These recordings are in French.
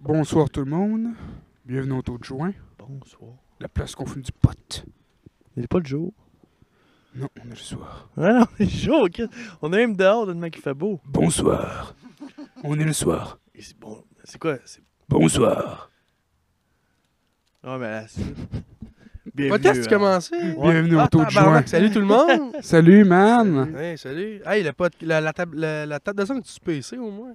Bonsoir tout le monde. Bienvenue au taux de juin, Bonsoir. la place qu'on fume du pot. Il n'est pas le jour. Non, on est le soir. Ouais, non, il est chaud. ok. On est même dehors demain qu'il fait beau. Bonsoir. On est le soir. Et c'est bon. C'est quoi c'est- Bonsoir. Ouais, mais là, c'est. Le Bienvenue, podcast hein. a commencé. Ouais. Bienvenue au Ah, taux de juin. tabarnak, salut tout le monde. Salut, man. hey, salut. Hey, le pod- la, la table, la, la table de son est-tu PC au moins?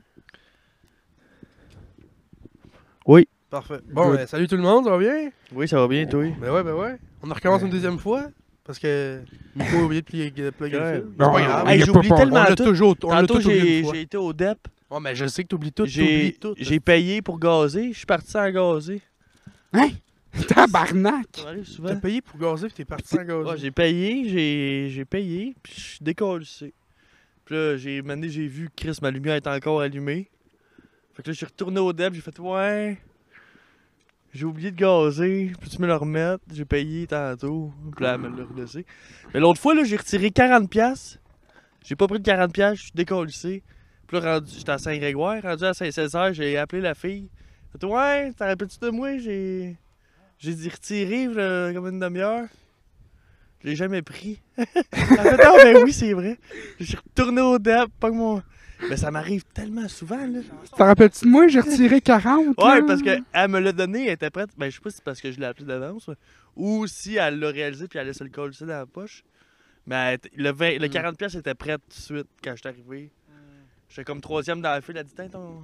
Oui. Parfait. Bon, Good. ben, salut tout le monde, ça va bien? Oui, ça va bien, toi. Ben ouais, ben ouais. On recommence Ouais. une deuxième fois parce que Nico a oublié de plier- de plugger Ouais. Ah, le film. Bon, pas grave. il Hey, y a j'ai pas oublié peur. on l'a tellement tout. toujours, on l'a Tantôt, toujours oublié j'ai une fois. j'ai été au DEP. Ouais, mais je sais que t'oublies tout, t'oublies J'ai tout. j'ai payé pour gazer. Je suis parti sans gazer. Tabarnak. Ça m'arrive souvent. T'as payé pour gazer puis t'es parti sans gazer. Ouais, j'ai payé, j'ai j'ai payé, puis je suis décollissé. Puis là, j'ai maintenant j'ai vu que Chris, ma lumière est encore allumée. Fait que là, je suis retourné au DEP, j'ai fait ouais. J'ai oublié de gazer, puis tu me le remettre, j'ai payé tantôt, puis là, elle me l'a relaissé. Mais l'autre fois, là, j'ai retiré 40$, piastres. j'ai pas pris de 40$, piastres, je suis décollissé. Puis là, rendu- j'étais à Saint-Grégoire, rendu à Saint-Césaire, j'ai appelé la fille. J'ai fait ouais, t'en rappelles-tu de moi, j'ai. J'ai dit retirer là, comme une demi-heure. Je l'ai jamais pris. Elle a fait, ah ben oui, c'est vrai. Je suis retourné au DEP, pas que mon. Mais ça m'arrive tellement souvent, là. T'en rappelles-tu de moi? J'ai retiré 40. Ouais, là. parce qu'elle me l'a donné, elle était prête. Ben, je sais pas si c'est parce que je l'ai appelé d'avance, ouais. ou si elle l'a réalisé puis elle laissé le col dans la poche. Mais elle était- le, 20 le Mm. 40 pièces était prêt tout de suite quand j'étais arrivé. J'étais comme troisième dans la file, elle a dit, Tiens, ton.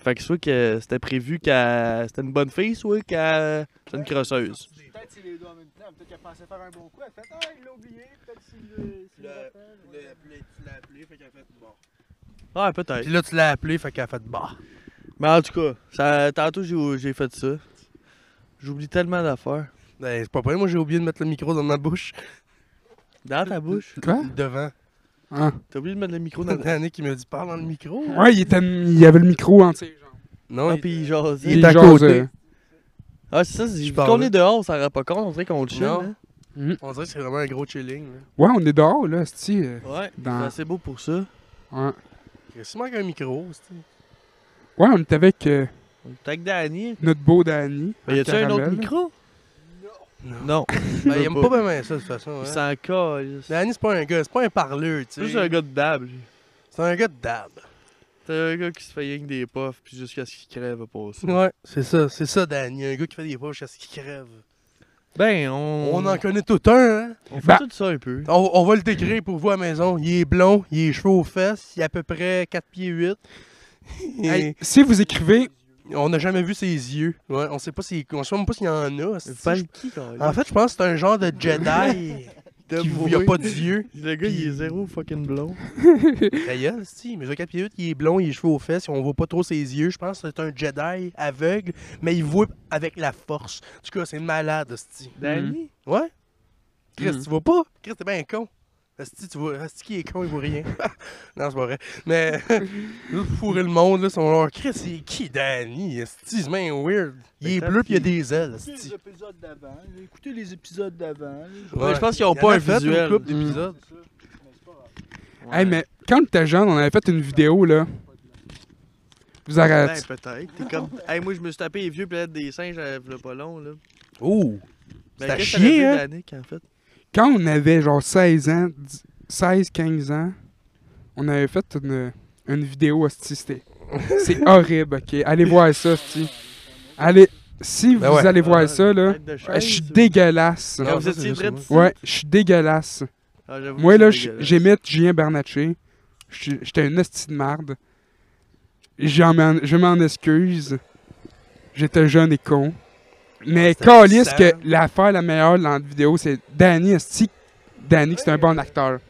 Fait que soit que c'était prévu qu'elle. C'était une bonne fille, soit qu'elle. C'était une crosseuse. Peut-être c'est les deux en même temps. Peut-être qu'elle pensait faire un bon coup. Elle fait Ah, il l'a oublié. Peut-être s'il le- s'il le Le- rappelle. Ouais. Tu l'as appelé, fait qu'elle a fait bon. Ouais, peut-être. Puis là, tu l'as appelé, fait qu'elle a fait bah. Mais en tout cas, ça, tantôt j'ai, j'ai fait ça. J'oublie tellement d'affaires. Ben, c'est pas vrai, moi j'ai oublié de mettre le micro dans ma bouche. Dans ta bouche. Quoi? Devant. Hein? T'as oublié de mettre le micro dans ta Annick qui me dit parle dans le micro. Ouais, il, était, il y avait le micro en ses jambes. Non, Ah, il- puis genre. Il est à côté. jasait. Ah, c'est ça, c'est, Je vu parle. qu'on est dehors, on s'en rend pas compte, on dirait qu'on le chill. Non. hein. on dirait que c'est vraiment un gros chilling. là. Ouais, on est dehors, là, c'ti. euh, Ouais, Dans- c'est assez beau pour ça. Ouais, Chris, Il manque un micro. c'est- Ouais, on était avec euh, On est avec Danny. notre beau Danny. Mais y a-tu un autre Caramel. micro? Non. Non. Ben, il aime pas bien. bien ça de toute façon. Il s'en hein. calisse. Danny, c'est pas un gars, c'est pas un parleur, C'est tu juste un sais. gars de dable. C'est un gars de dab. C'est un gars qui se fait rien que des puffs, puis jusqu'à ce qu'il crève pas ça. Ouais, c'est ça, c'est ça, Danny. Un gars qui fait des poches à ce qu'il crève. Ben, on. On en connaît tout un, hein. on fait Ben- tout ça un peu. On, on va le décrire pour vous à la maison. Il est blond, il est cheveux aux fesses, il a à peu près 4 pieds 8. Hey, si vous écrivez On n'a jamais vu ses yeux. Ouais, on sait pas si, on sait même pas s'il y en a. c'est- Pas qui, calisse? En fait, je pense que c'est un genre de Jedi qui T'as il a moué. pas d'yeux. Le gars, il est zéro fucking blond. Ta gueule, si, mais j'ai 4 pieds 8, il est blond, il a les cheveux aux fesses, on voit pas trop ses yeux. Je pense que c'est un Jedi aveugle, mais il voit avec la force. En tout cas, c'est malade, sti. Danny? Ouais? Chris, Mhm. tu vois pas? Chris, t'es bien con. Asti, tu vois, Asti qui est con, il voit rien. non, c'est pas vrai. Mais, juste pour fourrer le monde, là, ils sont genre, Chris, c'est qui Danny? Asti, c'est bien weird. Il Mais est tant bleu pis il a pis. des ailes, Asti. Écoutez les épisodes d'avant. Écoutez les épisodes d'avant. là. Ouais, je pense qu'ils ont pas un visuel. couple Mm. d'épisodes. C'est ça. Mais c'est pas grave. Hey, mais quand on était jeune, on avait fait une vidéo, là. Vous Ben, arrêtez. peut-être. T'es comme. Hey, moi, je me suis tapé les vieux planètes des singes euh, à v'là pas long, là. Oh! Ben, C'est à qu'est-ce que chier, t'aurais hein? dit, Danick, en fait. Quand on avait genre 16 ans, 16, 15 ans, on avait fait une, une vidéo, hostie, c'était- C'est horrible, ok? Allez voir ça, hostie. Allez, si vous Ben ouais. allez voir Ah, ça, là, tête de chaise, je suis ou- dégueulasse. Quand Ah, vous ça, c'est étiez juste drette moi. ici? Ouais, je suis dégueulasse. Ah, j'avoue Moi, que là, c'est j- dégueulasse. j'imite Julien Bernatchez. J'suis- J'étais une hostie de marde. J'en m'en- Je m'en excuse. J'étais jeune et con. Mais C'était calisse sale. que l'affaire la meilleure dans la vidéo, c'est Danny Esti. Danny, que c'est un bon acteur.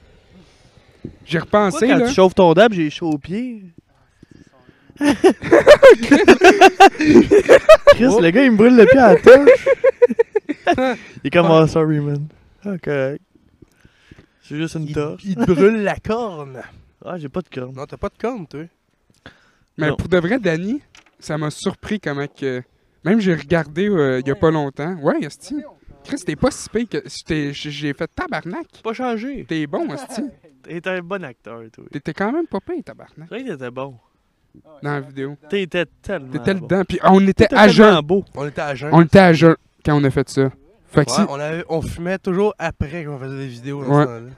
J'ai Pourquoi repensé, quand là. tu chauffes ton dab, j'ai chaud aux pieds. Chris, le gars, il me brûle le pied à la touche. il est comme, oh, sorry, man. Ah, correct. C'est juste une Il, torche. il te brûle la corne. Ah, j'ai pas de corne. Non, t'as pas de corne, toi. Mais Non. pour de vrai, Danny, ça m'a surpris comment que. Même j'ai regardé euh, il y a pas longtemps. Ouais, Esti. Chris, t'es pas si pire que. j'étais- J'ai fait tabarnak. Pas changé. T'es bon, Esti. T'es un bon acteur, toi. T'étais quand même pas pire, tabarnak. C'est vrai que t'étais bon. Ah ouais, dans la ouais. vidéo. T'étais tellement. T'étais bon. dedans, puis ah, on était T'étais à jeun. tellement beau. On était à jeun. On était à jeun quand on a fait ça. Fait que Ouais, si- on, avait- on fumait toujours après qu'on faisait des vidéos dans Ouais. ce temps-là.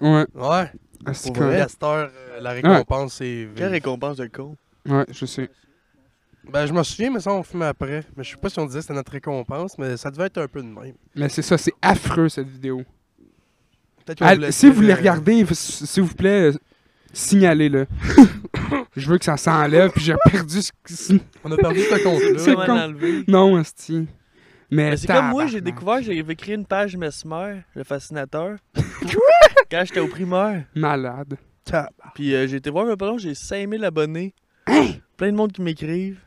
Ouais, Ouais, Ah, c'est pour correct. vrai, à cette heure, euh, la récompense, c'est... Quelle récompense de con. Ouais, je sais. Ben, je me souviens, mais ça, on fumait après. Mais je sais pas si on disait que c'était notre récompense, mais ça devait être un peu de même. Mais c'est ça, c'est affreux cette vidéo. Peut-être qu'on Allez, voulait- euh, si vous les regardez, s- s'il vous plaît, euh, signalez-le. je veux que ça s'enlève, puis j'ai perdu ce que- On a perdu ce C'est C'est compte-là. con. Non, Asti. Mais, Mais c'est comme moi, j'ai tabarnak. découvert, j'avais créé une page Mesmer, le fascinateur. Quoi? Quand j'étais au primaire. Malade. Puis euh, j'ai été voir un peu long, j'ai 5000 abonnés. plein de monde qui m'écrivent.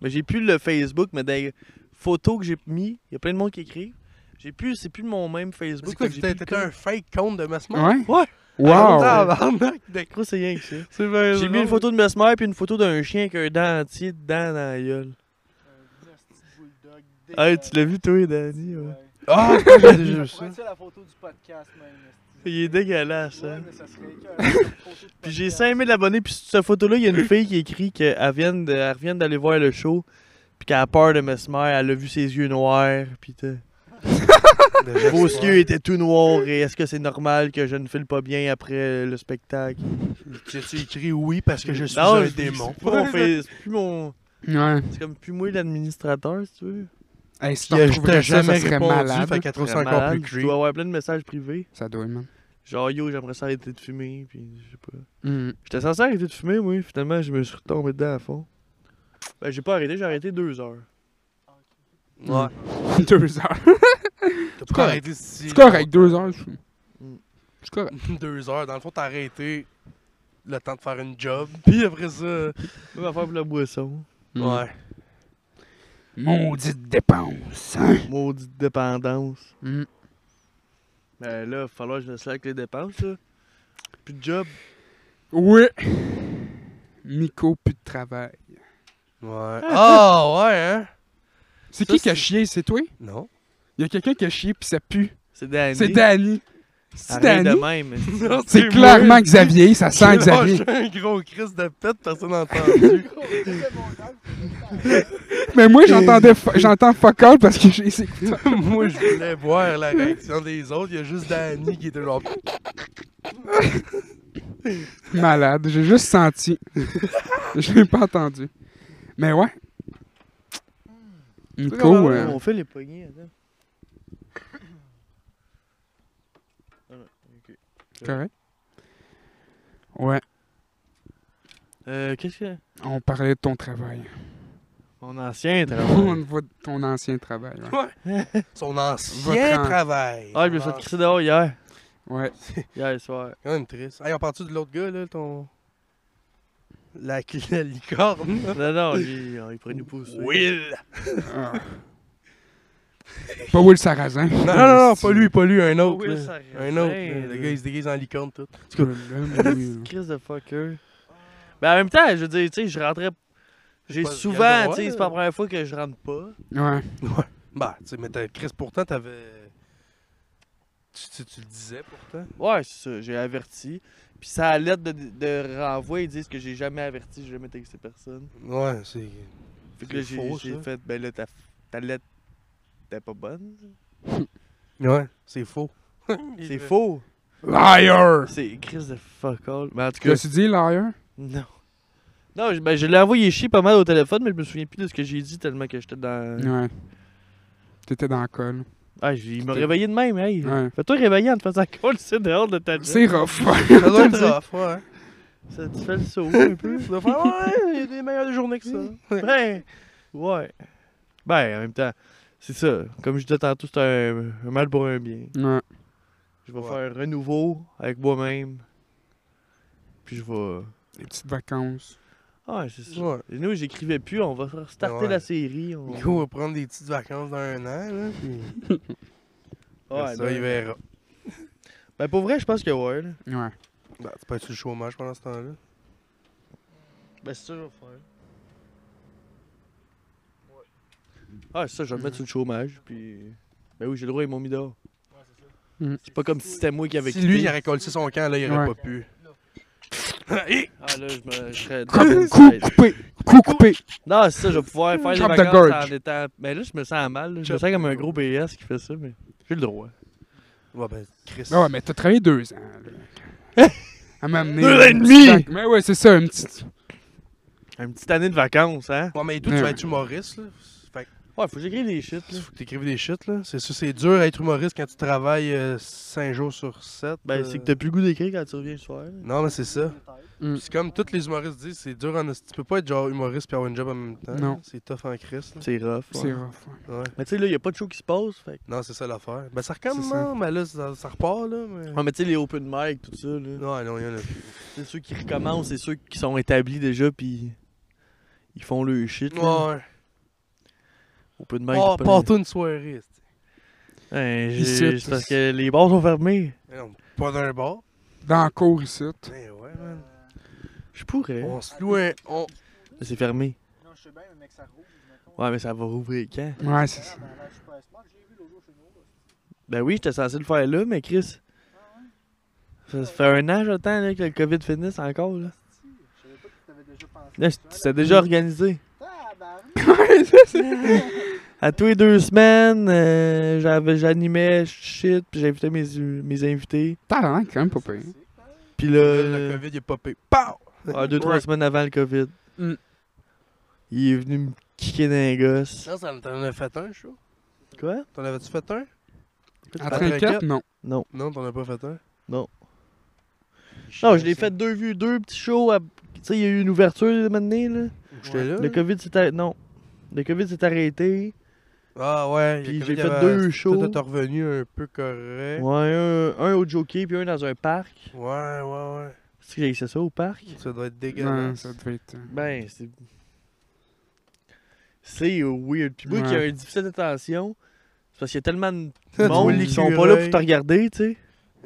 Mais j'ai plus le Facebook, mais des photos que j'ai mis, il y a plein de monde qui écrivent. J'ai plus, c'est plus mon même Facebook. C'est quoi, fait que j'ai t'étais plus t'étais le un fake compte de Mesmer? Ouais? Ouais. Ah, Wow! Tabarnak, compte. Gros, c'est rien que ça. c'est bien J'ai mis drôle. une photo de Mesmer puis une photo d'un chien avec un dent entier dedans dans la gueule. Un nasty bulldog Hey, dégueulasse. tu l'as vu hein? toi, Danny? Ouais. Ouais. Ah, je pense que j'ai déjà vu Ça ça. pourrait être ça, la photo du podcast, même. Il est dégueulasse, Ouais, hein? mais ça serait écoeurant, une photo de Puis j'ai podcast. 5000 abonnés, puis sur cette photo-là, il y a une fille qui écrit qu'elle vient de- elle revient d'aller voir le show, puis qu'elle a peur de Mesmer, elle a vu ses yeux noirs, puis t'as- Déjà Vos vu ça. yeux étaient tout noirs, et est-ce que c'est normal que je ne file pas bien après le spectacle? J'ai-tu écrit oui parce que je suis Non, un je- démon? C'est pas mon face- c'est plus mon... Ouais. C'est comme plus moi l'administrateur, si tu veux. Hey, si t'en Puis, euh, Je retrouverais t'ai ça, jamais ça serait répondu, malade. fait qu'elle trouve ça Serait encore malade, plus Je creep. dois avoir plein de messages privés. Ça doit, man. Genre, yo, j'aimerais ça arrêter de fumer, puis je sais pas. Mm. J'étais censé arrêter de fumer, moi. Finalement, je me suis retombé dedans à fond. Ben, j'ai pas arrêté, j'ai arrêté deux heures. Ouais. Deux heures. T'as C'est pas arrêté si... C'est correct, deux heures. je- C'est correct. Deux heures. Dans le fond, t'as arrêté le temps de faire une job. Puis après ça... Même affaire pour la boisson. Mm. Ouais. Maudite dépense, hein? Maudite dépendance. Mm. Ben là, il va falloir que je me slack les dépenses, là. Plus de job. Oui! Miko, plus de travail. Ouais. Ah, ouais, hein? C'est Ça, qui qui a c'est- chié, c'est toi? Non. Il y a quelqu'un qui a chié puis ça pue. C'est Danny. C'est Danny. C'est Arrête de Danny. même. Non, C'est moi. clairement Xavier, ça sent J'ai Xavier. lâché un gros crise de pète, personne n'a entendu. Gros, c'est mon gars. Mais moi, j'entendais, fo- j'entends fuck all parce que j'ai les écouteurs. Moi, je voulais voir la réaction des autres. Il y a juste Danny qui était genre. malade. J'ai juste senti. Je l'ai pas entendu. Mais ouais. Nico, hein. euh, On fait les poignées, attends. Ah non, ok. correct. Ouais, Euh, qu'est-ce que. on parlait de ton travail. Mon ancien On travail. voit ton ancien travail. ouais. Son Votre ancien an- travail. ah, je me suis Son fait crisser dehors hier. Ouais. Hier soir. Quand même triste. Hey, on parle-tu de l'autre gars, là, ton. La, la licorne là? Non, non, il, il pourrait nous pousser. Will Ah. Pas Will Sarrazin. Non, non, non, pas lui, pas lui, un autre. Will là. Sarrazin, un autre. là. là. Le gars, il se déguise en licorne, tout. Je l'aime, lui. Chris de fucker. Hmm. Ben, en même temps, je veux dire, tu sais, je rentrais. J'ai pas- souvent, il y a le droit, tu sais, c'est là. pas la première fois que je rentre pas. Ouais. Ouais. Bah, tu sais, mais t'as- Chris, pourtant, t'avais. Tu, tu, tu le disais pourtant. Ouais, c'est ça, j'ai averti. Puis ça, la lettre de, de renvoi, ils disent que j'ai jamais averti, j'ai jamais texté personne. Ouais, c'est. Fait que là, C'est j'ai faux, j'ai ça. fait, ben là, ta, ta lettre, t'es pas bonne. Ouais, c'est faux. C'est faux. Liar! C'est Chris de fuck all. Mais en tout Je me cas, suis dit liar. non. Non, je- ben, je l'ai envoyé chier pas mal au téléphone, mais je me souviens plus de ce que j'ai dit tellement que j'étais dans. Ouais. T'étais dans le col. Ah, j'ai- il m'a réveillé de même, hey. Ouais. Fais-toi réveiller en te faisant coller c'est dehors de ta job. C'est rough. Ça doit être rough, ouais. Ça te fait le saut un peu. Tu dois faire, ouais, il y a des meilleures journées que ça. Ben, ouais. Ben, en même temps, c'est ça. Comme je disais tantôt, c'est un, un mal pour un bien. Ouais. Je vais Ouais. faire un renouveau avec moi-même. Puis je vais. Des petites vacances. Ah, c'est ça. Ouais. Et nous, j'écrivais plus, on va restarter Ouais. la série. On... Nico va prendre des petites vacances dans un an, là. puis Ouais, ça, ben, il verra. ben, pour vrai, je pense que ouais. là. Ouais. Bah, tu peux être sur le chômage pendant ce temps-là. Ben, c'est ça que je vais faire. Ouais. Ah, c'est ça, je vais me mettre sur le chômage. Puis. Ben oui, j'ai le droit, ils m'ont mis dehors. Mhm. C'est pas comme si c'était moi qui avais Si lui, il aurait collé son camp, là, il aurait Ouais. pas pu. Hi! Ah là, je me. Je serais Coupe, d'inside. coupé, coup coupé. Non, c'est ça, je vais pouvoir faire les Chop the vacances gorge. en étant. Mais là, je me sens mal. là. Je me Chop sens comme un gros BS qui fait ça, mais j'ai le droit. ouais, ben, Chris. Ah ouais, mais t'as travaillé deux ans. là. À m'amener. Deux ans un et petit demi! sac. Mais ouais, c'est ça, une petite. Une petite année de vacances, hein. Ouais, mais toi, tu vas être humoriste, là. Fait que Ouais, faut que j'écris des shit, là. faut que t'écrives des shit, là. C'est sûr, c'est dur à être humoriste quand tu travailles 5 jours sur 7. Euh. Ben, c'est que t'as plus le goût d'écrire quand tu reviens le soir. là. Non, mais c'est ça. Mm. C'est comme tous les humoristes disent, c'est dur en... esti. Tu peux pas être genre humoriste puis avoir une job en même temps. Non. C'est tough en Chris, là. C'est rough. ouais. C'est rough. ouais. Ouais. Mais tu sais, là, y a pas de show qui se passe. Fait... que- Non, c'est ça l'affaire. Ben, ça C'est ça. recommence, mais là, ça, ça repart, là. Mais... Ouais, mais tu sais, les open mic, tout ça, là. Non, non, il y en a plus. C'est ceux qui recommencent, c'est ceux qui sont établis déjà, puis ils font le shit. Là. Ouais. Open mic. Oh, pas- Pars-toi une soirée, esti. Hein, j'ai- Ah, Ici, c'est parce que les bars sont fermés. Eh non, Pas d'un bar. Dans le cours ici. Eh ouais, man. Je pourrais. On se loue un. On... Mais c'est fermé. Non, je sais bien, mais mec, ça roule. mettons. Ouais, mais ça va rouvrir quand? Ouais, c'est ça. Ben, là, je suis pas smart, j'ai vu l'autre jour chez nous. là. Ben oui, j'étais censé le faire là, mais Chris. Ça, ça fait un an, j'attends là, que le COVID finisse encore. Là, Je savais pas que t'avais déjà pensé. là c'est- c'était déjà organisé. Tabarnak! À tous les deux semaines, euh, j'avais, j'animais shit, puis j'invitais mes, mes invités. T'as l'air quand même pas payé. Puis Le là, COVID, il est popé. Pow! ah, deux, trois Ouais. semaines avant le COVID, Mm. il est venu me kicker dans les gosses. Non, ça- t'en avais fait un, chaud. Quoi? T'en avais-tu fait un? À Après 34, non. Ah, Non. Non, t'en as pas fait un? Non. Chiant, Non, je l'ai ça. fait deux vues, deux petits shows. à- Tu sais, il y a eu une ouverture maintenant, là. J'étais là. Le COVID s'est arrêté. Non. Le COVID s'est arrêté. Ah ouais, Puis il y a j'ai quelqu'un fait qui deux avait- shows. Toi, t'es revenu un peu correct. Ouais, un, un au jockey, puis un dans un parc. Ouais, ouais, ouais. Est-ce que j'ai essayé ça au parc? Ça doit être Non, dégueulasse. ça devait être. euh, Ben, c'est. C'est weird. Puis moi qui Ouais. ai un difficile d'attention, c'est parce qu'il y a tellement de Tu vois monde qui sont pas là pour te regarder, tu sais.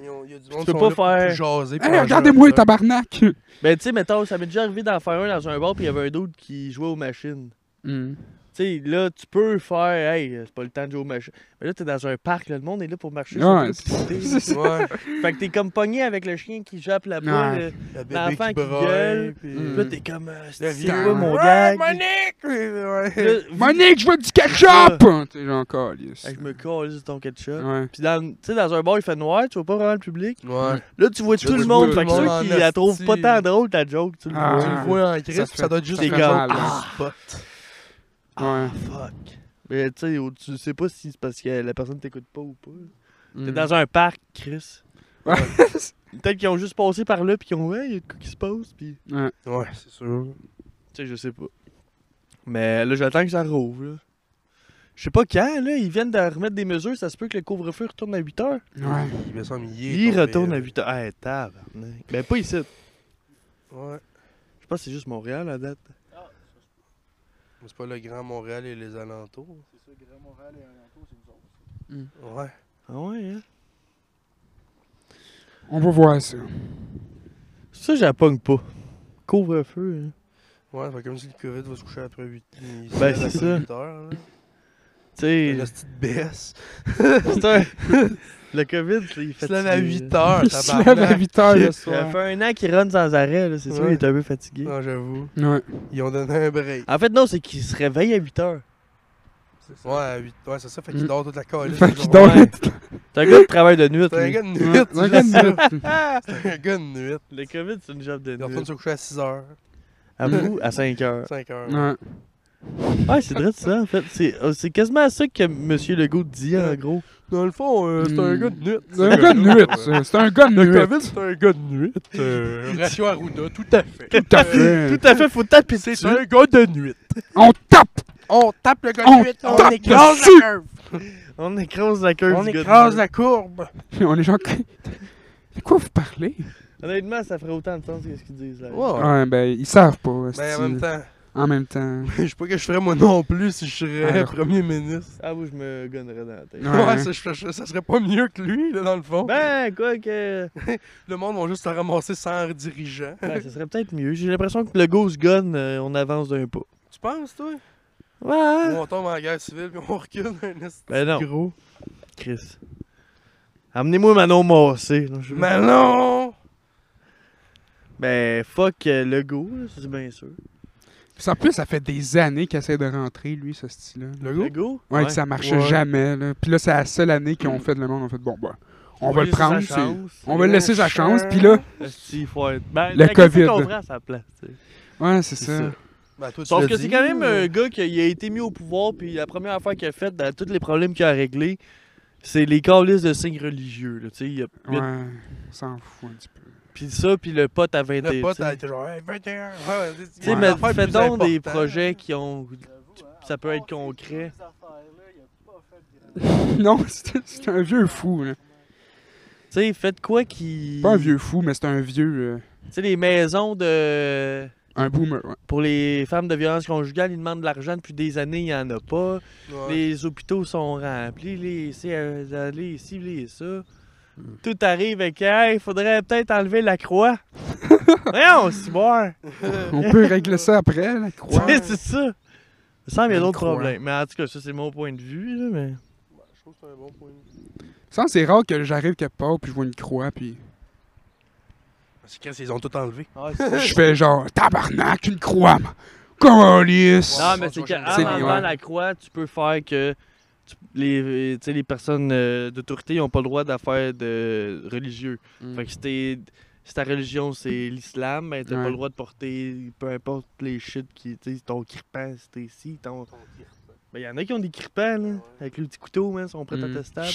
Ils ont- Il y a du tu monde peux pas qui sont là pour faire- Eh, te jaser, puis Hey, manger Eh, regardez-moi, leur tabarnak! Ben, tu sais, mettons, ça m'est déjà arrivé d'en faire un dans un bar, puis il y avait un d'autre qui jouait aux machines. Hum. Tu sais, là, tu peux faire, hey, c'est pas le temps de jouer aux machines. Mais là, t'es dans un parc, là, le monde est là pour marcher. ils sont Ouais, là pour c'est- écouter. c'est ça. Ouais, Fait que t'es comme pogné avec le chien qui jappe la boule. Ouais. euh, la bébé L'enfant qui qui braille, gueule. puis... Mm. Là, t'es comme. euh, Le C'est vieux quoi mon Ouais, gag? Monique! Ouais. Là, Monique, je veux du ketchup! T'es genre encore, yes. Hey, je me calisse de ton ketchup. Ouais. Puis dans, tu sais, dans un bar, il fait noir, tu vois pas vraiment le public. Ouais. Là, tu vois Là, tout tu le vois monde. tout Fait le que ceux monde qui en la trouvent pas asti. tant drôle, ta joke, tu le Ah. Tu vois. le vois en crise, Ça ça, fait- ça doit être juste ça un fait genre mal, de là. spot. Ah, Ouais. fuck. Mais tu sais, au- tu sais pas si c'est parce que la personne t'écoute pas ou pas. T'es Hum. dans un parc, Chris. Ouais. Peut-être qu'ils ont juste passé par là, puis qu'ils ont, ouais, il y a de quoi qui se passe, puis. Hmm. Ouais. Ouais, c'est sûr. Tu sais, je sais pas. Mais là, j'attends que ça rouvre, là. Je sais pas quand, là. Ils viennent de remettre des mesures. Ça se peut que le couvre-feu retourne à 8 heures. Ouais. Il me semble il est Il tombé, retourne là. à 8 heures. Hey, tabarnak. Ben, pas ici. Ouais. Je pense que c'est juste Montréal, à date. Ah, ça, Mais C'est pas le Grand Montréal et les alentours. c'est ça, Grand Montréal et un auto, c'est nous autres. Hmm. Ouais. Ah ouais, hein? On va voir ça. Ça, j'appogne pas. Couvre-feu, hein. Ouais, fait comme si le COVID va se coucher après 8 heures. Ben, c'est ça. heures, là. Tu sais, La petite baisse. c'est un- Le COVID, là, il Il fait. se lève à 8 heures, Il se lève à Ah, tabarnak. 8 heures le Ça soir. fait un an qu'il run sans arrêt, là. C'est sûr, Ouais. il est un peu fatigué. Non, j'avoue. Ouais. Ils ont donné un break. En fait, non, c'est qu'il se réveille à 8 heures. Ouais, à 8 Ouais, c'est ça, fait Hmm. qu'il Mm. dort toute la calice. Fait de qu'il journée. dort. Ouais. C'est un gars qui travaille de nuit, C'est un lui. gars de nuit. Ouais, c'est regarde juste ça. une minute. C'est un gars de nuit. Le COVID, c'est une job de Il retourne nuit. se coucher à 6 heures, À vous, à 5 heures. 5 heures. Ouais. Ouais, c'est vrai ça, en fait. C'est, euh, c'est quasiment ça que M. Legault dit, en gros. Dans le fond, euh, c'est un Mm. gars de nuit. C'est un gars de nuit, ça. C'est un gars de Le nuit. COVID, c'est un gars de nuit. Euh, Ratio Arruda, tout à fait. Tout à fait. Tout à fait, faut taper dessus. C'est un gars de nuit. On tape! On tape le gars On de nuit, on tape écrase dessus. la curve. On écrase la curve On du gars de écrase nuit. la courbe. On est genre. De quoi vous parlez? Honnêtement, ça ferait autant de sens que ce qu'ils disent, là. Ouais, ben, ils savent pas. Ben, en esti. même temps, En même temps. je sais pas que je ferais moi non plus si je serais Alors. premier ministre. Ah, moi, je me gonnerais dans la tête. Ouais. Ouais, ça, je- je- ça serait pas mieux que lui, là, dans le fond. Ben, quoi que. Le monde va juste se ramasser sans dirigeant. Ouais, ça serait peut-être mieux. J'ai l'impression que le ghost gun, euh, on avance d'un pas. Tu penses, toi? Ouais. Ou on tombe en guerre civile puis on recule un esti Ben non. gros. Chris. Ben, Amenez-moi Manon Massé. Non, je- Manon! Ben, fuck euh, le go, là, c'est bien sûr. Puis en plus, ça fait des années qu'il essaie de rentrer, lui, ce style-là. Le Le goût? go? Ouais, que ça marchait Ouais. jamais. Là. Puis là, c'est la seule année qu'ils ont fait le monde. On fait, bon, bah, on va le prendre. c'est- On va Ouais, le laisser sa je- chance. Puis là, Si, faut être. Ben, Le la question COVID. qu'on prend à sa place, tu sais. ouais, c'est C'est ça. ça. Ben, toi, tu Sauf l'as que dit, c'est quand même là. un gars qui a il a été mis au pouvoir, puis la première affaire qu'il a faite, dans tous les problèmes qu'il a réglés, c'est les câlisses de signes religieux. Là, tu sais, il a, il a- Ouais, on s'en fout un petit peu. Puis ça, puis le pote à 21. Le pote tu sais. a été genre, hey, 21. Ouais, Tu sais, Ouais. mais L'affaire l'affaire fais plus donc des importante. hein. projets qui ont. J'avoue, hein, ça à peut être part ces concret. deux affaires-là, il a pas fait grand- Non, c'est c'est un vieux fou. Là. Tu sais, faites quoi qui. Pas un vieux fou, mais c'est un vieux. euh, Tu sais, les maisons de. un boomer. ouais. Pour les femmes de violence conjugale, ils demandent de l'argent depuis des années, il n'y en a pas. Ouais. Les hôpitaux sont remplis, les CHSLD, les ci, les ça. Hmm. Tout arrive avec Hey, faudrait peut-être enlever la croix. Voyons, c'est bon. On peut régler ça après, la croix. C'est c'est ça. Il me semble qu'il y a Une d'autres croix. problèmes. Mais en tout cas, ça, c'est mon point de vue. Là, mais... Ouais, Je trouve que c'est un bon point. Ça, c'est rare que j'arrive quelque part, puis je vois une croix, puis Parce que ils ont tout enlevé. je fais genre tabarnak, une croix, man. Calice. Non, mais Ouais, c'est c'est qu'en c'est- enlevant ouais. la croix, tu peux faire que tu- les, tu sais, les personnes euh, d'autorité n'ont pas le droit d'affaires de religieux. Mm. Fait que si, t'es- si ta religion c'est l'islam, ben, t'as Ouais. pas le droit de porter peu importe les shit qui. Tu sais, ton kirpan, si t'es ici, ton. Ben, y en a qui ont des kirpans, là, avec le petit couteau, man, ils sont prêts à Mm. testables.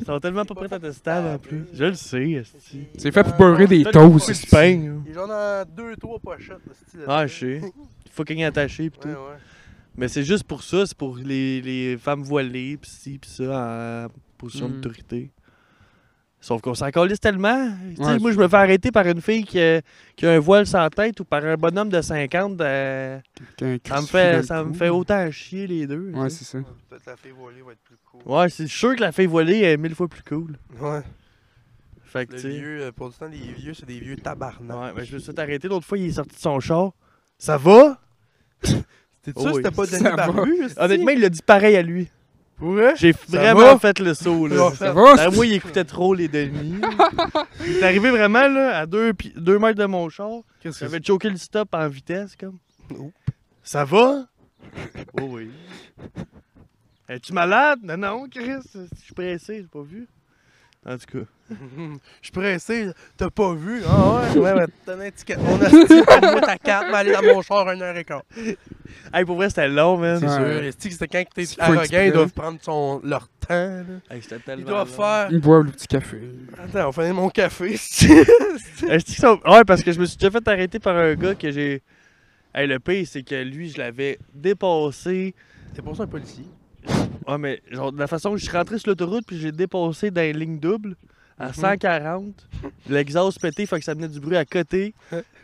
ils sont tellement pas hein. prêts à testables en plus. Je le sais, esti. C'est fait pour beurrer des Faites toasts. couper esti. du pain, là. Euh, Il est genre dans deux, trois pochettes. le style, Ah, là-dedans. je sais. Fucking attaché pis tout. Ouais, ouais. Mais c'est juste pour ça, c'est pour les, les femmes voilées, pis ci, pis ça, en position Mm. d'autorité. Sauf qu'on s'en calisse tellement. Tu sais, Ouais. moi, je me fais arrêter par une fille qui a, qui a un voile sans tête ou par un bonhomme de 50. euh, Qu'un ça me crucifix dans fait, le ça me cou. fait autant chier les deux. Ouais, tu c'est sais. ça. Ouais, Peut-être la fille voilée va être plus cool. Ouais, c'est sûr que la fille voilée est mille fois plus cool. Ouais. Fait que, Le tu sais. vieux, euh, pour le temps, les vieux, c'est des vieux tabarnak. Ouais, mais je me suis arrêté l'autre fois, il est sorti de son char. Ça va? T'es Oh sûr que oui. c'était pas Ça Denis Barbu? esti? Honnêtement, il l'a dit pareil à lui. Pour vrai? J'ai va? vraiment fait le saut, là. Ouais. Ça va? Ben, c'est- moi, il écoutait trop les demi. il est arrivé vraiment là, à 2 deux mètres de mon char. Qu'est-ce J'avais choqué le stop en vitesse, comme. Oh. Ça va? Oh oui. Es-tu malade? Non, non, Chris. Je suis pressé, j'ai pas vu. En tout cas. Mhm. Je suis pressé, t'as pas vu? Ah ouais, ouais, ouais, t'as un ticket. On a donne-moi ta carte, mais aller dans mon char 1h15. Hey, pour vrai, c'était long, man. C'est Ouais. sûr, est-ce que c'est quand que C'est t'es pas arrogant, exprès. ils doivent prendre son, leur temps. là. Hey, c'était Ils tellement doivent long. faire. Ils boivent le petit café. Attends, on fait mon café. Est-ce qu'ils sont- Ouais, parce que je me suis déjà fait arrêter par un gars que j'ai. Hey, le pire, c'est que lui, je l'avais dépassé. C'est pour ça un policier. Ouais, Ah, mais genre, de la façon que je suis rentré sur l'autoroute, puis j'ai dépassé dans les lignes doubles Mhm. à 140. L'exhaust pété, fait que ça venait du bruit à côté.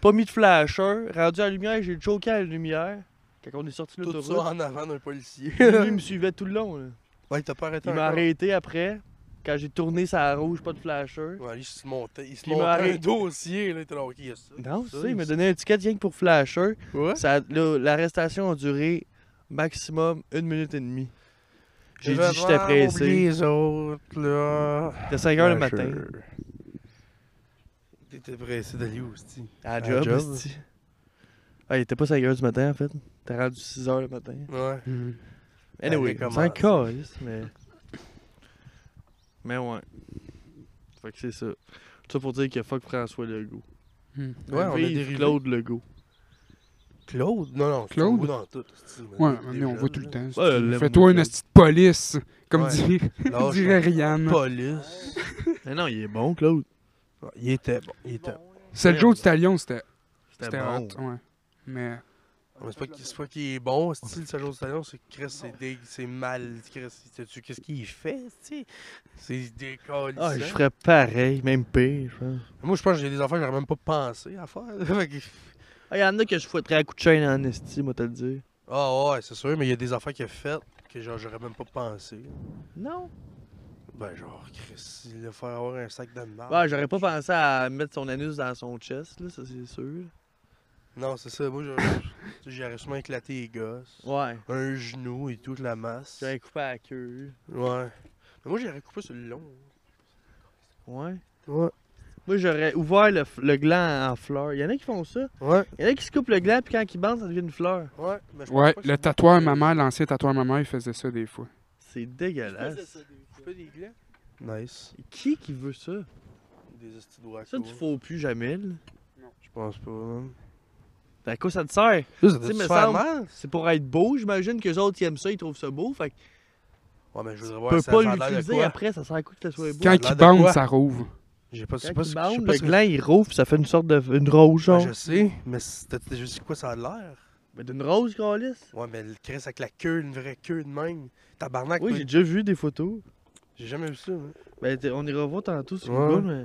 Pas mis de flasher. Rendu à la lumière, j'ai choqué à la lumière. Quand on est sorti de Tout ça l'autoroute, en avant d'un policier. lui il me suivait tout le long. là. ouais, t'as pas arrêté Il m'a encore. arrêté après. Quand j'ai tourné sa rouge, pas de flasher. Ouais, lui, il se montait, il se Puis il montait m'a un arrêté. dossier, là, il était là, ok, il y a ça. Non, c'est ça, ça, il m'a donné un ticket rien que pour flasher. Ouais? Ça- là, L'arrestation a duré maximum une minute et demie. J'ai dit Vraiment, que j'étais oublie pressé. les autres, là. C'était 5 h le matin. T'étais pressé d'aller où, c'ti? À la la job, job. esti. Ah, il était pas 5 h du matin, en fait. T'es rendu 6 h le matin. Ouais. Hmm. Hum. Anyway, comment c'est un ça? calice, mais... Mais ouais. Fait que c'est ça. Tout ça pour dire que fuck François Legault. Hum. Ouais, on a Vive dérivé. Claude Legault. Claude? Non, non, c'est Claude? au bout dans tout. c'ti, mais Ouais, des mais on jeunes, voit tout là. le temps. Ouais, c'est- l'aime, Fais-toi une l'aime. petite police, comme Ouais. dit- Lâche dirait la Rihanna. Police. Mais non, il est bon, Claude. Ouais, Il était bon, il était bon. Bon, hein. C'est le jour du talion, c'était C'était c'était bon. hot, ouais. Mais Ah, Mais C'est pas qu'il- c'est pas qu'il est bon, c'ti, le Sergio Stallone, c'est que Chris, c'est dégueu, c'est mal. Chris, sais-tu qu'est-ce qu'il fait, c'ti? C'est décalissant. Ah, je ferais pareil, même pire, je pense. Moi, je pense que j'ai des affaires que j'aurais même pas pensé à faire. là. Fait que- Ah, y'en a que je fouetterais à coup de chaîne en esti, moi, te le dire. Ah ouais, c'est sûr, mais il y a des affaires qu'il a faites que genre j'aurais même pas pensé. Non. Ben genre, Chris, il a fait avoir un sac de marde. Ouais, Ah, j'aurais pas pensé à mettre son anus dans son chest, là, ça c'est sûr. Non, c'est ça, moi j'aurais- tu sais, j'aurais sûrement éclaté les gosses. Ouais. Un genou et toute la masse. J'aurais coupé à la queue. Ouais. Mais moi j'aurais coupé sur le long. Ouais. Ouais. Moi, j'aurais ouvert le, f- le gland en fleurs. Il y en a qui font ça. Ouais, Il y en a qui se coupent le gland, puis quand ils bandent, ça devient une fleur. ouais. mais je pense Ouais, pas que le c'est- tatoueur, ma mère, l'ancien tatoueur, ma mère, il faisait ça des fois. C'est Je faisais dégueulasse. ça des fois. Fais des glands. Nice. Qui qui veut ça? Des estis de Ça, tu faut plus jamais, là. Je pense pas, man. À quoi ça te sert? Juste, Tu sais, me semble- mal. C'est pour être beau, j'imagine que les autres ils aiment ça, ils trouvent ça beau. Fait que Ouais, mais je voudrais tu voir peux ça, ça a pas l'air de l'utiliser quoi. après, ça sert à quoi que ça soit beau? Quand a il l'air de quoi? bande, ça rouvre. J'ai pas, Quand je sais ils pas, ce- je sais bandent, pas le ce que- gland il rouvre, puis ça fait une sorte de. une rose, genre. Ouais, je sais, mais c'était juste quoi ça a l'air. Mais d'une rose, Calis? Ouais, mais le Chris avec la queue, une vraie queue de même. Tabarnak, Oui, toi, j'ai déjà vu des photos. j'ai jamais vu ça. hein. Ben, t'es- on ira voir tantôt sur Ouais. Google, mais.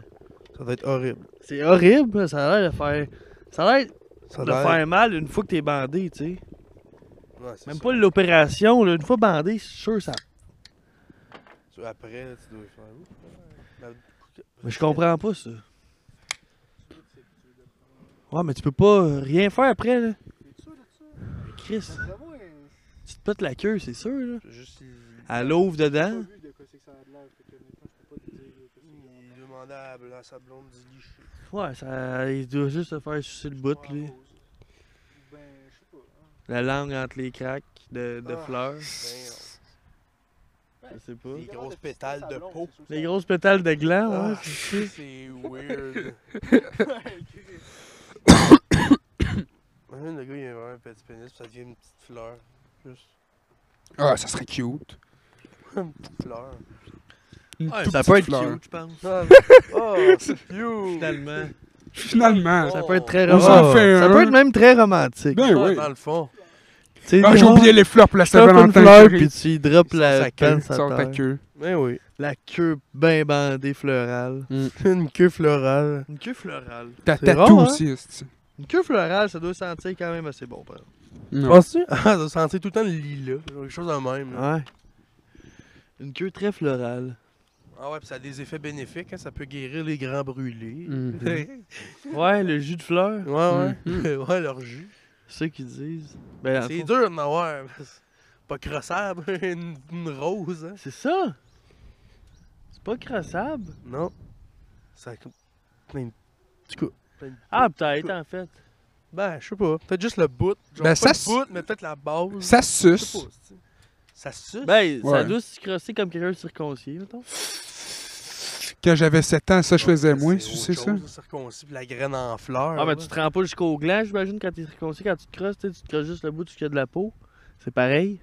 Ça doit être horrible. C'est horrible, ça a l'air de faire. Ça a l'air Ça de doit faire mal une fois que t'es bandé, tu sais. être- Ouais, c'est Même ça. pas l'opération, là, une fois bandé, c'est sûr ça. Tu- Après, là, tu dois faire. Ouh. Ben, Mais je comprends pas ça. Ouais, mais tu peux pas euh, rien faire après, là. T'es sûr de ça? Mais Chris, Mon cerveau est- tu te pètes la queue, c'est sûr, là. Juste, il- Elle l'ouvre dedans. J'ai pas vu de quoi c'est que ça a de l'air, fait que honnêtement, je peux pas te dire que c'est vraiment il demandait à, à sa blonde d'y licher. Ouais, ça, il doit juste se faire sucer le bout, rose. lui. Ben, je sais pas. hein. La langue entre les craques de, de Ah. fleurs. Ben, Je sais pas. Des Il y a grosses l'air de pétales ça de blonde, peau. c'est sûr que Les ça- grosses pétales de gland, ouais. ah, c'est weird. Ouais, Chris. Imagine, le gars, il a vraiment un petit pénis, puis ça devient une petite fleur. Juste Ah, ça serait cute. une petite fleur. Une Ouais, toute ça peut être petite fleur. cute, je pense. Ah, oh, c'est cute! Finalement. Finalement. Ah, Ça peut être très On s'en romantique. fait Ça un, peut hein. être même très romantique. Ben oui. Dans le fond. Tu sais, Ah, j'ai oh, oublié les fleurs pour la Tu tapes une Saint-Valentin. fleur, chérie. puis tu droppes la Sans sa panne Tu sors sur ta terre. queue. Ben oui. La queue bien bandée fleurale. Une queue florale. Une queue fleurale. Ta C'est tatou rare, hein? aussi, esti. Une queue fleurale, ça doit sentir quand même assez bon, par exemple. Non. Penses-tu? Ah, ça sentait tout le temps le lilas. genre Quelque chose de même. là. Ouais. Une queue très florale. Ah ouais, puis ça a des effets bénéfiques. Hein, ça peut guérir les grands brûlés. Mhm. ouais, Ouais, le jus de fleur, ouais. Mhm. ouais, leur jus. c'est ça qu'ils disent. Ben, en C'est fond, dur d'en avoir. parce que Pas crossable, une, une rose. Hein. C'est ça! C'est pas crassable? Non. Ça a comme plein de... Du coup, Ah, peut-être, en fait. ben, je sais pas. Peut-être juste le bout. Ben, Genre, pas ça le s- bout, mais peut-être la base. Ça Je suce. sais pas, c'est- Ça suce. Ben, ça Ouais. doit se crosser comme quelqu'un de circoncis, mettons. Quand j'avais 7 ans, ça, je faisais C'est moins, autre tu sais ça? chose, Circoncis, puis la graine en fleur. Ah, mais tu te rends pas jusqu'au gland, j'imagine, quand t'es circoncis, quand tu te crosses, tu sais, tu te crosses juste le bout du qu'il y a de la peau. C'est pareil.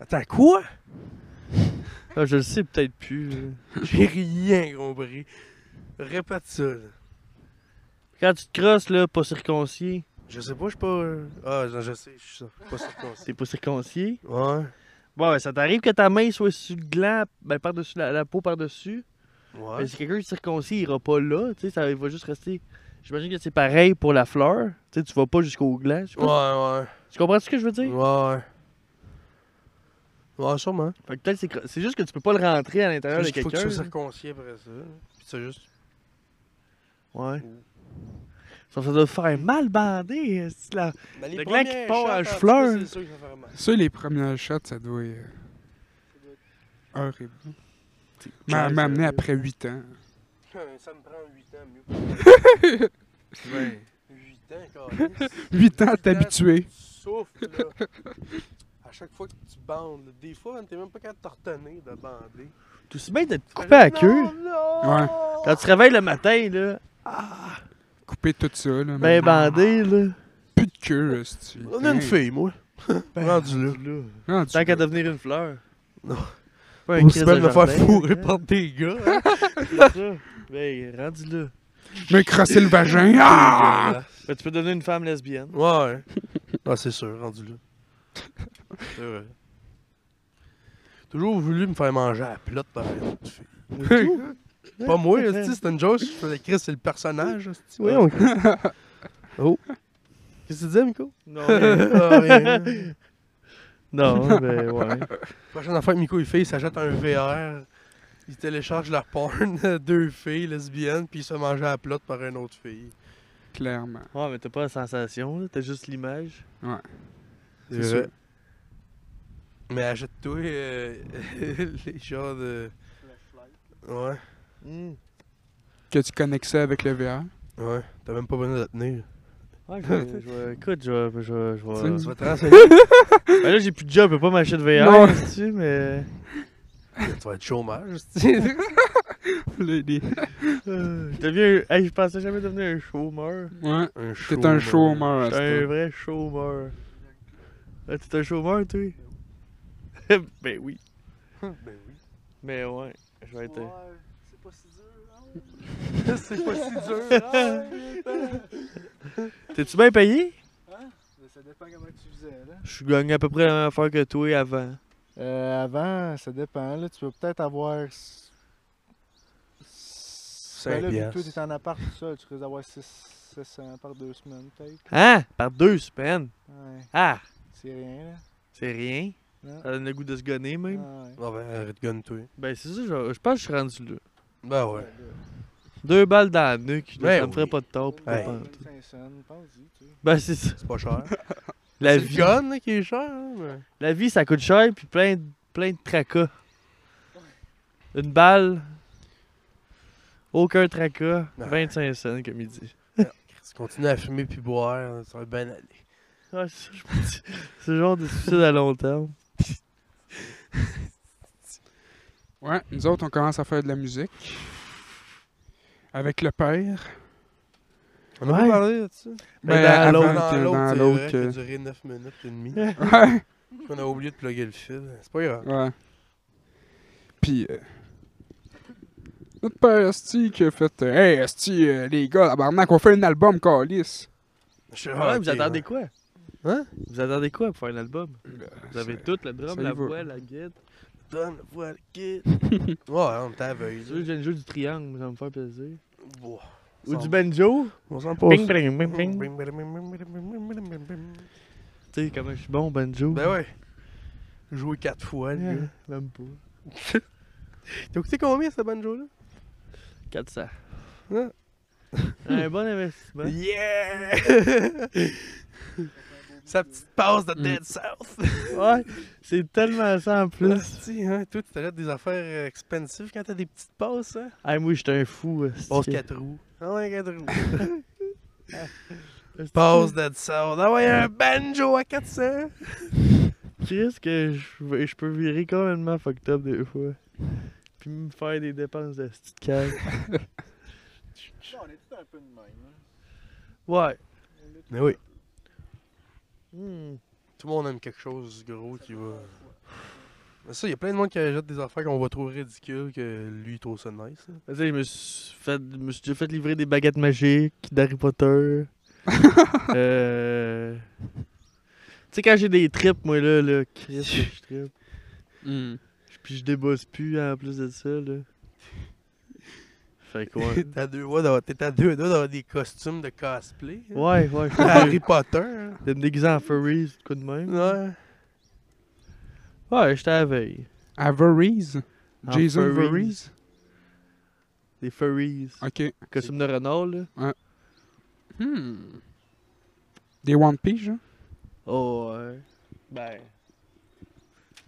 Attends, quoi? Ah, je le sais peut-être plus. euh. là. J'ai rien compris. Répète ça. là. Quand tu te crosses, là, pas circoncis, Je sais pas, je suis pas. euh, Ah, non, je sais, je suis ça. Pas circoncis. t'es pas circoncis. Ouais. Bon, ben, ça t'arrive que ta main soit sur le gland, ben, par-dessus la, la peau par-dessus. Ouais. Mais si quelqu'un est circoncis, il ira pas là, tu sais, ça il va juste rester. J'imagine que c'est pareil pour la fleur. Tu sais, tu vas pas jusqu'au gland. je sais Ouais, pas ouais. si- Tu comprends ce que je veux dire? Ouais, ouais. Ouais, sûrement. Fait que peut-être c'est cro- c'est juste que tu peux pas le rentrer à l'intérieur de Juste qu'il faut que tu quelqu'un. sois là. circoncis après ça. Puis c'est juste. Ouais. Ça, ça doit faire mal bandé. esti, la- Ben, Le gland qui part à cheveux. C'est sûr que ça va faire mal. Ça, les premières shots, ça doit être Ça doit être- horrible. M'a m'a amené après 8 ans. Ça me prend 8 ans, mieux. ben, 8 ans, quand 8 ans, Huit t'es ans, habitué. Tu souffles, là. À chaque fois que tu bandes, là. des fois, t'es même pas capable de te retenir de bander. Tout aussi bien d'être Tu coupé fais à la juste, queue. Non, non! Ouais. Quand tu te réveilles le matin, là, Couper tout ça, là. ben mais bandé, là. Plus de queue, esti. On a une Hey, fille, moi. Rendu là. rendu Tant qu'à là. devenir une fleur. Non. Pas Ou se de me faire jardin, fourrer hein. par des gars. hein. C'est ça. Ben, rendu là. Me crosser le vagin. Ah! Ben, tu peux donner une femme lesbienne. Ouais. Ah, c'est sûr, rendu là. C'est vrai. Toujours voulu me faire manger à la plate par une autre fille. Pas moi, esti, c'est une joke. Je faisais Chris, c'est le personnage. esti. Voyons, Chris. Oh. Qu'est-ce que tu disais, Miko? Non, mais... Ah, rien. non, ben ouais. Prochaine affaire que Miko il fait, il s'achète un VR. Il télécharge leur porn de deux filles lesbiennes, puis il se fait manger à la plate par une autre fille. Clairement. Ouais, Ah, mais t'as pas la sensation, là. T'as juste l'image. C'est sûr. Mais achète-toi euh, les genres de. flashlight. Ouais. Hmm. que tu connectes ça avec le VR. Ouais, t'as même pas besoin de la tenir. Ouais, Ah, je vais- je vais- écoute, je vais. Je vais, je vais- Tu Tu vas te renseigner. Ben là, j'ai plus de job, je peux pas m'acheter de Non. VR, tu mais. tu vas être chômage. Le- les- Euh, je deviens. Hey, je pensais jamais devenir un chômeur. Ouais, Un t'es un chômeur. à Je suis ce un temps. vrai chômeur. Ah, T'es un chômeur, toi Ben oui. Ben oui. Mais ouais, je vais être. euh, Ouais, c'est pas si dur. hein? C'est pas si dur. Ouais, Ah, putain. T'es-tu bien payé Mais ça dépend comment tu faisais, là. Je gagne à peu près la même affaire que toi avant. Euh, avant, ça dépend, là. Tu peux peut-être avoir. s- s- Cinq Ben là, vu que piastres. toi, t'es en appart, tout ça, tu risques d'avoir 600 par deux semaines, peut-être. Hein Par deux semaines Ouais, Ah c'est rien, là. C'est rien. Non. Ah Ah Ça donne le goût de se gonner, même. Ouais. Non, ben, arrête de gun, toi. Ah. Ben c'est ça, je, je pense que je suis rendu là. Ben ouais. Deux balles dans la nuque, là, Ben ça me ferait oui. pas de tort pour Hey. pas- pense-y, tu sais. Ben c'est ça. C'est pas cher. La C'est vie, le gun là, qui est cher. hein, mais- la vie, ça coûte cher, puis plein de, plein de tracas. Une balle, aucun tracas, Ah. 25 cents, comme il dit. Si tu continues à fumer puis boire, ça va bien aller. Ah, c'est ça, je me dis. C'est le genre de suicide à long terme. Ouais, nous autres, on commence à faire de la musique. Avec le père. On a Ouais. pas parlé de ça. Mais Ben, dans avant l'autre, que- Dans l'autre, c'est vrai, qui a que- duré 9 minutes et demie. euh. Ouais. On a oublié de plugger le fil. C'est pas grave. Ouais. Puis. euh, notre père Asti qui a fait euh, Hey Asti, euh, les gars, tabarnak, on fait un album, Calis. Je suis Ah, ouais, vous attendez attendez quoi? Hein? Vous attendez quoi pour faire un album? Vous avez tout, le drum, ça y la va. voix, la guitare. Donne le voile kid. ouais, on était Tu veux que aveugle. je vienne jouer du triangle, ça va me faire plaisir. Bon. Ou Ça du va. banjo. On s'en Ping, passe. ping, ping, ping. Ben Tu sais, comment je suis bon au banjo. ouais. Joué 4 fois, le gars. Ah, Même pas. T'as coûté combien ce banjo là 400. Ouais. Un bon investissement. Yeah Sa petite passe de Dead South. Ouais, c'est tellement ça en plus. Asti, hein, toi, tu t'arrêtes des affaires euh, expensives quand t'as des petites passes, hein? Ah, moi, j'étais un fou. esti. Passe 4 roues. Ah ouais, 4 roues. Esti, Passe Dead South. Ah ouais, un banjo à 400. Qu'est-ce que je vais- je peux virer complètement fucked up des fois. Puis me faire des dépenses de petite cave. Non, on est tous un peu de même. hein. Ouais. On est tous- Mais oui. Hmm. Tout le monde aime quelque chose gros qui va. Mais ça, il y a plein de monde qui achète des affaires qu'on va trouver ridicules que lui il trouve ça nice. là. Tu sais, je me suis fait, je me suis déjà fait livrer des baguettes magiques d'Harry Potter. euh... Tu sais, quand j'ai des trips, moi, là, là, Chris, que je trip. Hmm. Puis je débosse plus hein, en plus de ça, là. Fait que ouais. T'es à deux doigts d'avoir- t'es à deux doigts d'avoir des costumes de cosplay. hein. Ouais, ouais, je peux Harry dire, Potter. hein. de me déguiser en furries, de quoi de même. Ouais. Ouais, j'étais à la veille. Averies. En Jason furries. Averies. Des furries. Ok. Costume de renard, là. Hmm. Des One Piece, genre. Oh, ouais. Ben.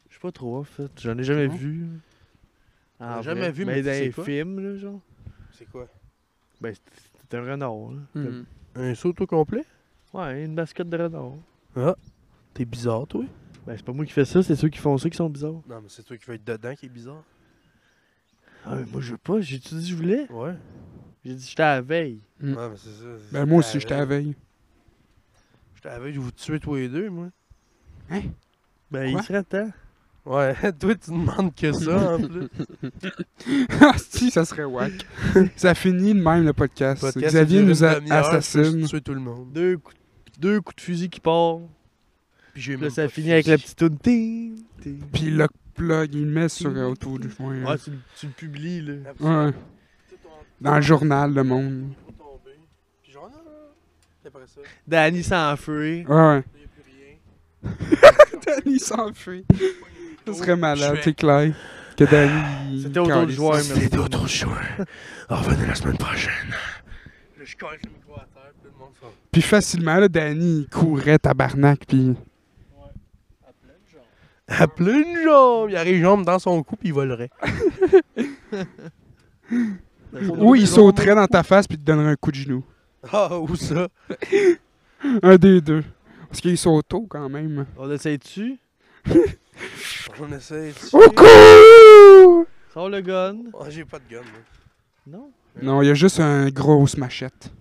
Je sais pas trop, en fait. J'en ai jamais Non. vu. En J'en ai vrai. jamais vu, mais tu dans sais les quoi? films, là, genre. C'est quoi Ben, c'est- c'est un renard, là. Hmm. Un saut au complet Ouais, une mascotte de renard. T'es bizarre, toi. Ben, c'est pas moi qui fais ça, c'est ceux qui font ça qui sont bizarres. Non, mais c'est toi qui vas être dedans qui est bizarre. Ah, mais moi, je veux pas. J'ai-tu dit que je voulais? Ouais. J'ai dit, j'étais à la veille. Mm. Ouais, mais c'est ça. c'est- Ben, moi aussi, j'étais à la veille. J'étais avec, je vous tuer tous les deux, moi. Ben, Quoi? il serait temps. Ouais, toi, tu demandes que ça, en plus. Ah, si, ça serait wack. ça finit de même le podcast. Podcast, ça Xavier dure nous une a- demi-heure, je assassine. vais tuer tout le monde. Deux coups, deux coups de fusil qui partent. Puis j'ai Puis là, même ça pas de finit avec fusil. la petite toune. Ting, ting. Puis le plug, il le met sur euh, autour du coin. Ah, tu, le- tu le publies, là. Ouais. Dans le journal, le monde. Pas tombé. Puis genre, non, non. Puis après ça, là, Danny s'enfuit. Ouais. y a plus rien. Danny s'enfuit. Ça serait malade, Je fais- c'est clair. Que Danny. il C'était autour du calisse. joueur, mais- C'était d'autres joueurs. Au revoir la semaine prochaine. Là, je cogne le micro à terre, puis tout le monde s'en Puis facilement, là, Danny, il courait tabarnak. Puis. À plein de gens. À pleine jambe! Il a les jambes dans son cou, puis il volerait. Ben, Ou il sauterait dans ta face puis te donnerait un coup de genou. Ah, où ça? Un des deux. Parce qu'il saute tôt quand même. On essaie-tu? On essaie. tu- Au cou! Sors le gun. Ah, j'ai pas de gun. moi. Non? Non, il y a juste une grosse machette.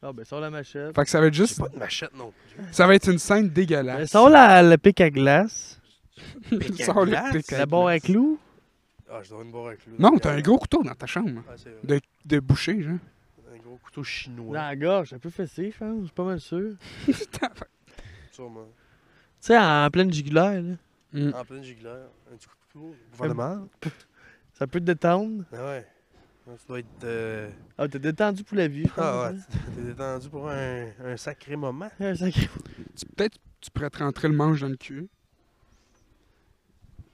Ah ben sors la machette. Fait que ça va être juste. Pas de machette non plus. Ça va être une scène Ben, dégueulasse. sors la, le pic à glace. pic à Sors le glace? pic à La barre à glace. clous. Ah, je dois une barre avec lui. Non, t'as un gros couteau dans ta chambre. Ah, c'est vrai. De, de boucher, genre. Un gros couteau chinois. Dans la gorge, un peu fessé, je pense. Je suis pas mal sûr. Sûrement. Tu sais, en pleine jugulaire, là. Mm. En pleine jugulaire. Un petit coup de couteau. Comme- Gouvernement. Ça peut te détendre. Ah ouais. Ça doit être. euh, Ah, t'es détendu pour la vie, je pense. Ah ouais. hein. T'es détendu pour un, un sacré moment. Un sacré- Tu- Peut-être tu pourrais te rentrer le manche dans le cul.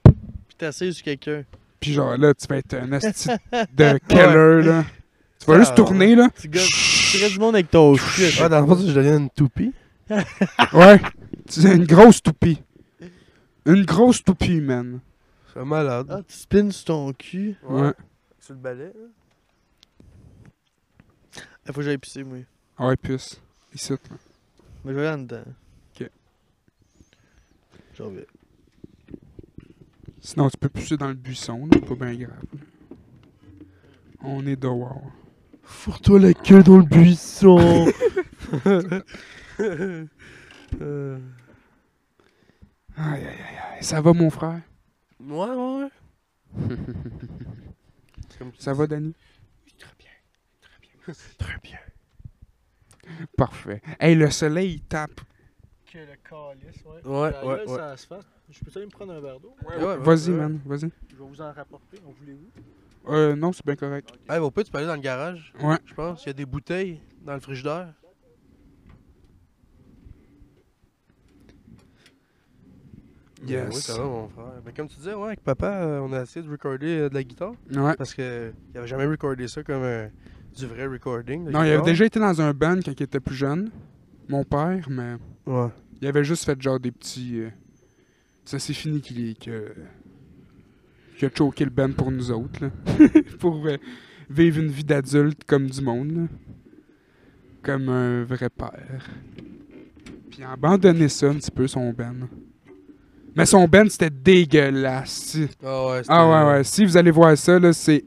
Puis t'assises sur quelqu'un. Puis genre là, tu vas être un asti de killer, là. Tu vas Ah, juste tourner, là. Tu gosses. Tu restes du monde avec ton cul. Ah, dans le fond, je deviens une toupie. Ouais. Tu as une grosse toupie. Une grosse toupie, man. C'est malade. Ah, tu spins sur ton cul. Ouais. Sur le balai. hein? Il faut que j'aille pisser, moi. Ah Ouais, puce. Ici, là. Mais je vais aller en dedans. Ok. J'en vais. Sinon, tu peux pousser dans le buisson, là. Pas bien grave. On est dehors. Fourre-toi la queue dans le buisson. Euh... Aïe, aïe, aïe, aïe. Ça va, mon frère? Ouais, ouais, ouais. C'est comme- Ça va, Danny? Très bien. Parfait. Hey, le soleil, il tape. Que le calice, ouais. Ouais, La ouais, gueule, ouais. Ça se fait. Je peux aller me prendre un verre d'eau? ouais, Vas-y, ouais. man. Vas-y. Je vais vous en rapporter. On voulait où? Euh, non, c'est bien correct. Hey, Eh, mon pote, tu peux aller dans le garage, Ouais. je pense. Il y a des bouteilles dans le frigidaire. Mais Yes. Ben Oui, ça va, mon frère. Mais comme tu disais, ouais, avec papa, euh, on a essayé de recorder euh, de la guitare. Ouais. Parce que il avait jamais recordé ça comme euh, du vrai recording. de Non, il guitare. avait déjà été dans un band quand il était plus jeune. Mon père, mais Ouais. il avait juste fait genre des petits. euh, Ça, c'est fini qu'il est. Que... qu'il a choqué le band pour nous autres, là. pour euh, vivre une vie d'adulte comme du monde, là. Comme un vrai père. Puis il a abandonné ça un petit peu, son band. Mais son band, c'était dégueulasse. Ah ouais, c'était- Ah ouais, ouais. Si vous allez voir ça, là, c'est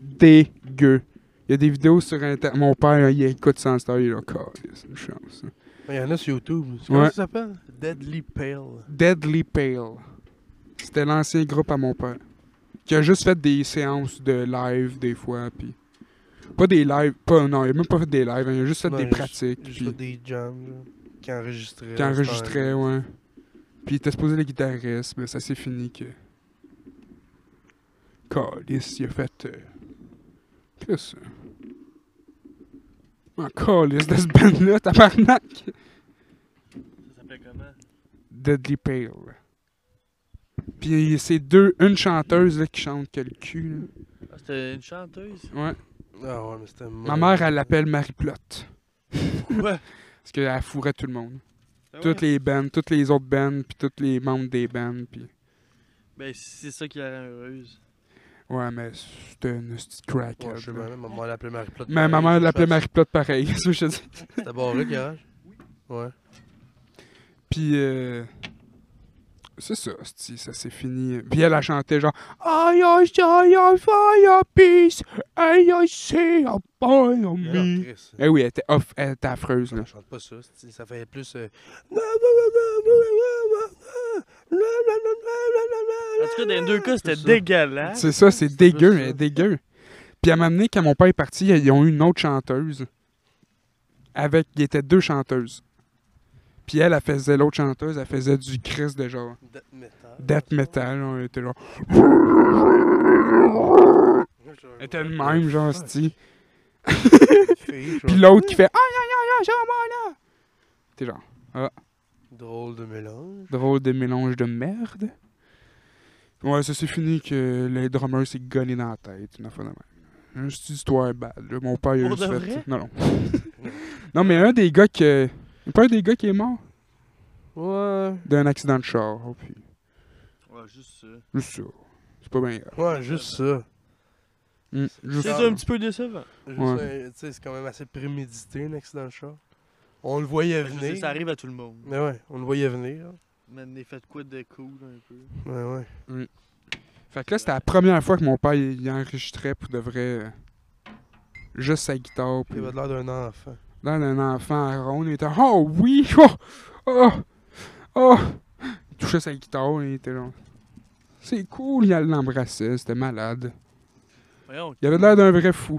dégueu. Il y a des vidéos sur Internet. Mon père, il écoute ça en star, il est là, c'est une chance. hein. Il y en a sur YouTube. C'est Ouais. Comment ça s'appelle Deadly Pale. Deadly Pale. C'était l'ancien groupe à mon père. Qui a juste fait des séances de live des fois, puis... Pas des lives, pas, non, il a même pas fait des lives, hein, il a juste fait Non, des juste- pratiques, Juste puis là, des jams, là, qui enregistraient. qui enregistrait, ouais. Puis il était supposé le guitariste, mais ça s'est fini que... Calice, il a fait... euh, Qu'est-ce que c'est? Un Ah, calice de ce band-là, tabarnak! Ça s'appelle comment? Deadly Pale. Puis c'est deux, une chanteuse là, qui chante que le cul. Ah, C'était une chanteuse. là. Ouais. Ah ouais, mais c'était. Ma mère, elle l'appelle Marie Plotte. Pourquoi Parce qu'elle fourrait tout le monde. Ah Toutes les bands, toutes les autres bands, puis tous les membres des bands. Puis... Ben, si c'est ça qui la rend heureuse. Ouais, mais c'était une petite crack. Ouais, je sais pas, même, ma mère l'appelait Marie-Plate. Mais ma mère l'appelait Marie-Plate pareil, c'est ce que je te dis. C'était barré le garage Ouais. Puis, euh, c'est ça, c'ti, ça s'est fini. Puis elle a chanté genre I I I I fire peace, I I see a fire me. Mais non, Chris. Eh oui, elle était, off, elle était affreuse, là. Je chante pas ça, c'est- ça fait plus. euh, En tout cas, dans les deux cas, c'était ça. dégueulasse. C'est ça, c'est dégueu, plus elle est Ah, ça. dégueu. Puis à m'amener, quand mon père est parti, ils ont eu une autre chanteuse. Avec, il y était deux chanteuses. Puis elle, elle faisait l'autre chanteuse, elle faisait du Chris de genre Death metal. death metal, on était genre. Elle était le même, genre, c'ti. Puis l'autre qui fait Aïe, aïe, aïe, aïe, j'ai un mal, là. T'es genre, Drôle de mélange. drôle de mélange de merde. Ouais, ça c'est fini que le drummer s'est gonné dans la tête, une affaire de même. Juste une histoire bad, là. Mon père, il a Pour juste de fait- vrai? Non, non. non, mais un des gars qui. a Pas un des gars qui est mort Ouais. d'un accident de char, puis. Ouais, juste ça. Juste ça. C'est pas bien grave. Ouais, juste ça. Mm, juste- C'est un petit peu décevant. Juste, Ouais. euh, tu sais, c'est quand même assez prémédité, un accident de char. On le voyait Ben, Je sais, venir. ça arrive à tout le monde. Mais ouais, on le voyait venir. là. Mais on est fait de quoi de cool un peu. Ouais, ouais. Fait que là, c'était la première fois que mon père il il enregistrait pour de vrai. euh, Juste sa guitare. Il puis- avait l'air d'un enfant. Dans un enfant à ronde, il était Oh oui! Oh! Oh! Oh! Il touchait sa guitare, il était là. C'est cool, il l'embrassait, c'était malade. Voyons, Il avait l'air d'un vrai fou.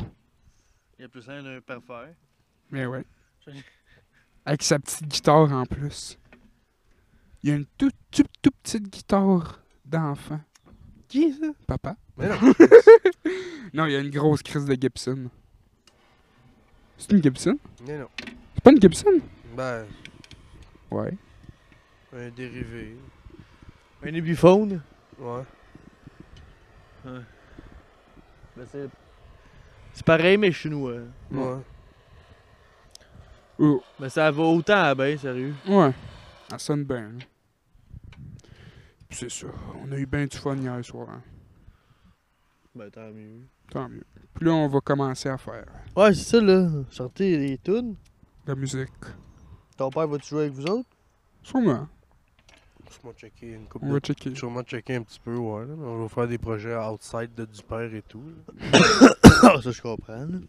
il y a plus un d'un parfait. Mais ouais. Avec sa petite guitare en plus. Il y a une toute, toute, toute petite guitare d'enfant. Qui ça? Papa. Mais non. Non, il y a une grosse crise de Gibson. C'est une Gibson? Mais non. C'est pas une Gibson? Ben, Ouais. un dérivé. Un épiphone. Ouais. Ben c'est. C'est pareil mais hein. chinois. Ouais. Oh, Mais Ben, ça va autant à la baisse, sérieux. ouais. Ça sonne bien. là. Puis C'est ça. On a eu bien du fun hier soir. hein. Ben tant mieux. Tant mieux. Puis là, on va commencer à faire Ouais, c'est ça là. Sortez les tunes. de la musique. Ton père va-tu jouer avec vous autres? Sûrement. Laisse-moi checker une couple On de va checker. Sûrement checker un petit peu, ouais. là, mais On va faire des projets outside de Dupère et tout. là. Ah, ça je comprends. là.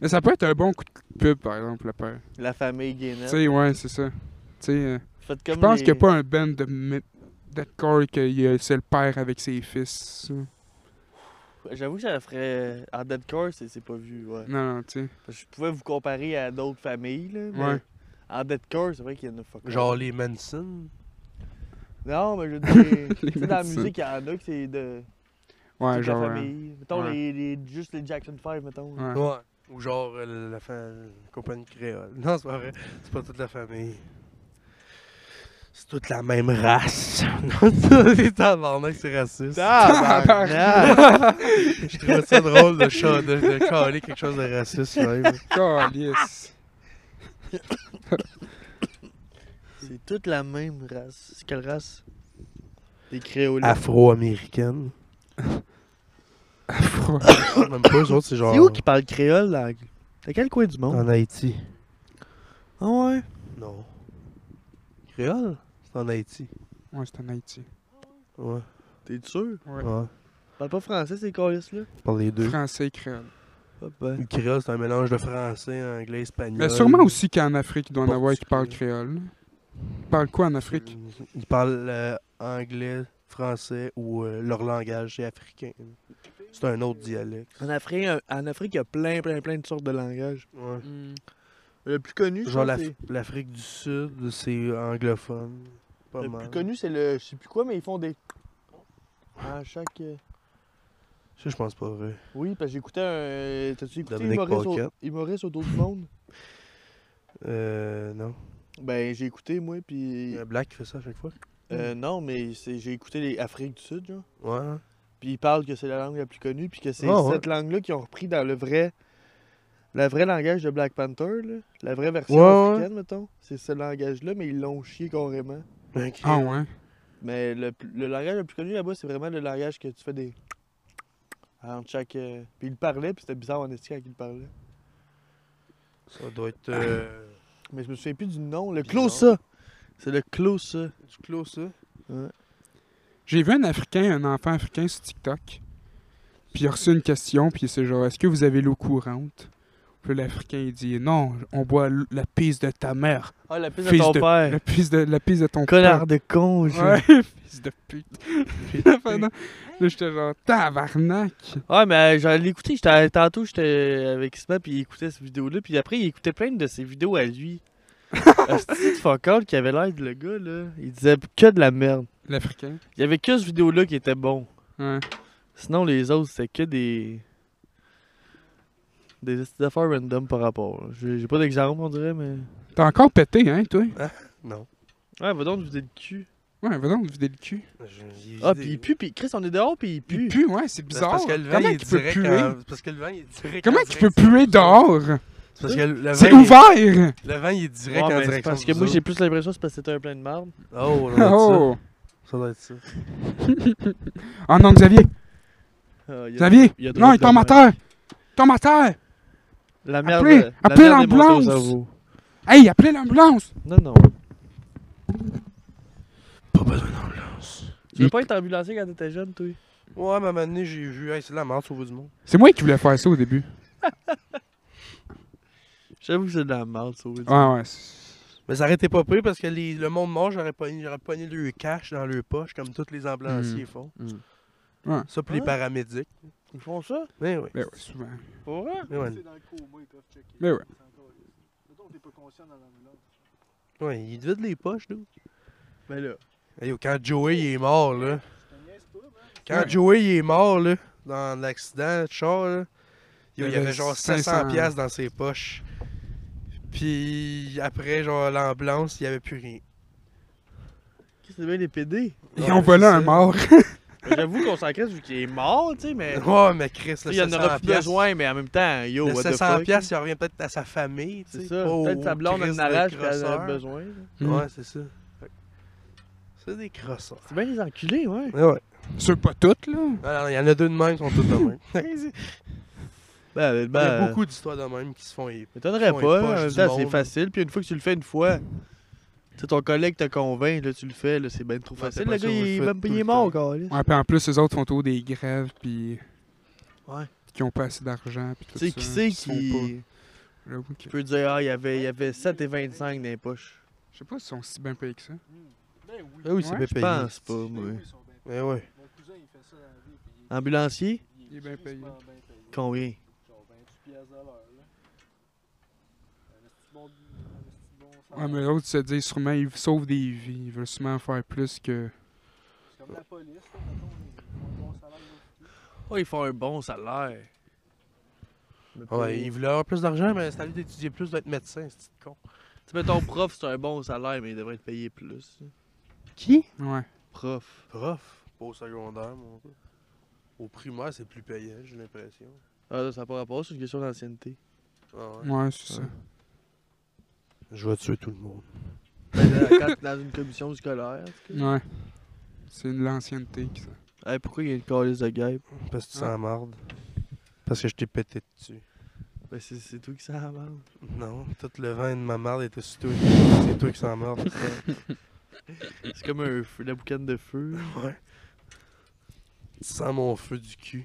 Mais ça peut être un bon coup de pub, par exemple, le père. La famille Tu Guinness. sais, ouais, c'est ça. Tu sais. euh, Faites comme Je pense les- qu'il n'y a pas un band de me- deathcore que y a- c'est le père avec ses fils. Non, J'avoue que ça ferait. euh, En deadcore, c'est c'est pas vu, ouais. non, tu sais. Parce que Je pouvais vous comparer à d'autres familles, là. Mais Ouais. En deadcore, c'est vrai qu'il y en a fuck all. Genre les Manson. Non, mais je veux dire. Les tu sais, dans la Manson. musique, il y en a que c'est de. Ouais, toute genre. la euh, famille. Mettons ouais. les, les- juste les Jackson 5, mettons. là. Ouais. Ouais. Ou genre euh, la, fa- la compagnie créole. Non, c'est pas vrai. C'est pas toute la famille. C'est toute la même race. Non, c'est tabarnak, c'est raciste. Ah! Ah, bah, Tabarnak! Je trouve ça drôle de, cha- de, de caler quelque chose de raciste. même. Calisse. c'est toute la même race. C'est quelle race? Les créoles. Ah, Afro-américaine. Afro. Même pas eux autres, c'est genre C'est où qui parle créole là? T'as quel coin du monde? en Haïti. Ah ouais? Non. Créole? C'est en Haïti. Ouais, c'est en Haïti. Ouais. T'es sûr? Ouais. Ouais. Parle pas français ces colis là? Par les deux. Français et créole. Hop, ben. Le créole, c'est un mélange de français, anglais, espagnol. Mais Euh, sûrement aussi qu'en Afrique, il doit en avoir qui parlent Portugais. créole. Ils parlent quoi en Afrique Ils parlent Mm, euh, anglais, français ou euh, leur langage, c'est africain. C'est un autre dialecte. En Afrique, en Afrique, il y a plein, plein, plein de sortes de langages. Ouais. Le plus connu, je Genre pense, l'Af- l'Afrique du Sud, c'est anglophone. Pas c'est- le mal. plus connu, c'est le. Je sais plus quoi, mais ils font des. À chaque. euh, Ça, je pense pas vrai. Oui, parce que j'écoutais un. euh, T'as-tu écouté Dominique Humoriste au... Paquette. Humoriste autour du monde? Euh, non. Ben, j'ai écouté, moi, Il puis. y a un black qui fait ça à chaque fois. Euh, non, mais c'est- j'ai écouté les Afrique du Sud, genre. Ouais. hein? Puis ils parlent que c'est la langue la plus connue, puis que c'est Ah ouais. cette langue-là qu'ils ont repris dans le vrai. Le vrai langage de Black Panther, là. La vraie version Ouais, ouais. africaine, mettons. C'est ce langage-là, mais ils l'ont chié carrément. Ok. Ah ouais. Mais le, pl- le langage le plus connu là-bas, c'est vraiment le langage que tu fais des. Entre chaque. euh, Puis il parlait, puis c'était bizarre en esti quand il parlait. Ça doit être euh, Mais je me souviens plus du nom. Le Bizarre. Closa! C'est le Closa. du hein? clos, ça. Ouais. J'ai vu un Africain, un enfant africain sur TikTok. Puis il a reçu une question, puis c'est genre Est-ce que vous avez l'eau courante Puis l'Africain, il dit Non, on boit l- la pisse de ta mère. Ah, la piste de Fils ton de- père. La pisse de, la pisse de ton père. Connard de con, je- Ouais, fils de pute. Pendant- Là, j'étais genre, tabarnak. Ouais, Ah, mais euh, j'allais l'écouter. J'étais, tantôt, j'étais avec Isma, puis il écoutait cette vidéo-là. Puis après, il écoutait plein de ses vidéos à lui. Un petit fuck all qui avait l'air de le gars, là. Il disait que de la merde. L'Africain. Il y avait que cette vidéo-là qui était bon. Ouais. Sinon, les autres, c'était que des. Des petites affaires random par rapport. là. J'ai, j'ai pas d'exemple, on dirait, mais. T'as encore pété, hein, toi Non. Ouais, va donc vider le cul. Ouais, va donc vider le cul. Je- Ah, j'ai- Ben, puis il pue, puis Chris, on est dehors, puis il Il pue. pue, ouais, c'est C'est bizarre. parce que le vent, Comment il est qu'il peut direct. puer en- c'est Parce que le vent, il est direct. Comment en qu'il peut direction puer de ça. dehors C'est parce que le C'est vent, il- ouvert Le vent, il est direct Ouais, en mais c'est direction. parce que de moi, ça. j'ai plus l'impression que c'est parce que c'était un plein de merde. Oh, ça doit être Oh ça. Ça doit être ça. Ah non, Xavier Ah, il y a- Xavier! il y a Non, il d'autres tombe à domaines. terre! Il Tombe à terre! La merde. euh, Appelez- la appelez merde est montée au l'ambulance. cerveau. Hey, appelez l'ambulance! Non, non. Pas besoin d'ambulance. Tu veux pas être ambulancier quand t'étais jeune, toi? Ouais, mais à un moment donné, j'ai vu, hey, c'est la merde, sauve du monde. C'est moi qui voulais faire ça au début. J'avoue que c'est de la merde, ça. Ah. oui. Ouais, ouais. c'est- Mais ça aurait été pas pire parce que les- le monde mort, j'aurais pogné, j'aurais pogné le cash dans le poche comme tous les ambulanciers font. Mm. Ouais. Ça, pour les Ouais. paramédics. Ils font ça? Mais oui. Ben ouais, souvent. Pour vrai? Mais ouais. C'est dans le coma, ils peuvent checker. Mais ouais. C'est encore- Mettons, t'es pas conscient dans l'ambulance. Ouais, ils te vident les poches, nous. Ben là. Hey, yo, quand Joey il est mort, là. Je te niaise pas, man. Quand Ouais. Joey il est mort, là, dans l'accident de char, là, yo, il y avait genre 500 500 piastres dans ses poches. Puis après, genre, l'ambulance, il n'y avait plus rien. C'est bien les PD. Ils Ouais, ont volé c'est un ça. mort. Ben, J'avoue qu'on s'en crisse vu qu'il est mort, tu sais, mais. Ouais, mais Chris, le Il y en 700 aura plus piastres- besoin, mais en même temps, yo, Le Oh, what the 700 fuck? piastres, il revient peut-être à sa famille, tu sais. C'est ça. pas au Peut-être sa blonde a Chris une de arrache puis elle en crosseur. a besoin. Hmm. Ouais, c'est ça. Fait que C'est des crosseurs. C'est bien les enculés, ouais. Ouais, ouais. Sûr pas toutes, là. Alors, il y en a deux de même qui sont toutes de même. Ben, ben, Il y a ben. beaucoup d'histoires de même qui se font eh, épier. M'étonnerais Ils font pas, les poches en même du temps, c'est monde. facile. Puis une fois que tu le fais une fois, tu sais, ton collègue te convainc, là, tu le fais, là, c'est bien trop Ouais, facile. t'es pas Le sûr, gars, il vous est le même faites pas tout il est le mort, temps. encore, là. Ouais, puis en plus, les autres font autour des grèves, puis. Ouais. Qui ont pas assez d'argent, puis tout Tu sais, ça, qui c'est se font pas. qui J'avoue que- peut dire, ah, il y avait, il y avait 7 et 25 dans les poches? Je sais pas s'ils sont si bien payés que ça. Ben Ah oui. oui, c'est Ouais, bien Je payé. pense pas, Ben moi. oui, ils sont bien payés. Mais eh ouais. Mon cousin, il fait ça dans la vie. puis Ambulancier, il est- Il est bien payé. crissement bien payé. combien? Genre 28 piastres à l'heure, là. Un esti de bon- un esti de bon Ouais, salaire. mais l'autre se dit sûrement, ils sauvent des vies. Ils veulent sûrement faire plus que. C'est comme la police, là. mettons, ils ont un bon salaire, ils ont tout. Oh, ils font un bon salaire. Ouais, il voulait avoir plus d'argent, mais c'est à lui d'étudier plus, d'être médecin, c'est petit con. Tu mets ton prof, c'est un bon salaire, mais il devrait être payé plus. Qui Ouais. Prof. Prof. Pas au secondaire, mon gars. Au primaire, c'est plus payant, j'ai l'impression. Ah, là, ça n'a pas rapport, c'est une question d'ancienneté. Ah ouais. Ouais, c'est ça. Je vais tuer tout le monde. Ben, là, quand t'es dans une commission scolaire. en tout Ouais. C'est de l'ancienneté, qui ça. cas. Hey, pourquoi il y a une calice de guêpe? Parce que tu Ah. sens marde. Parce que je t'ai pété dessus. Ben, c'est, c'est toi qui s'en avance. Non, tout le vent de ma marde était sur toi. C'est toi qui s'en marde. C'est comme un feu, la boucane de feu. ouais. Tu sens mon feu du cul.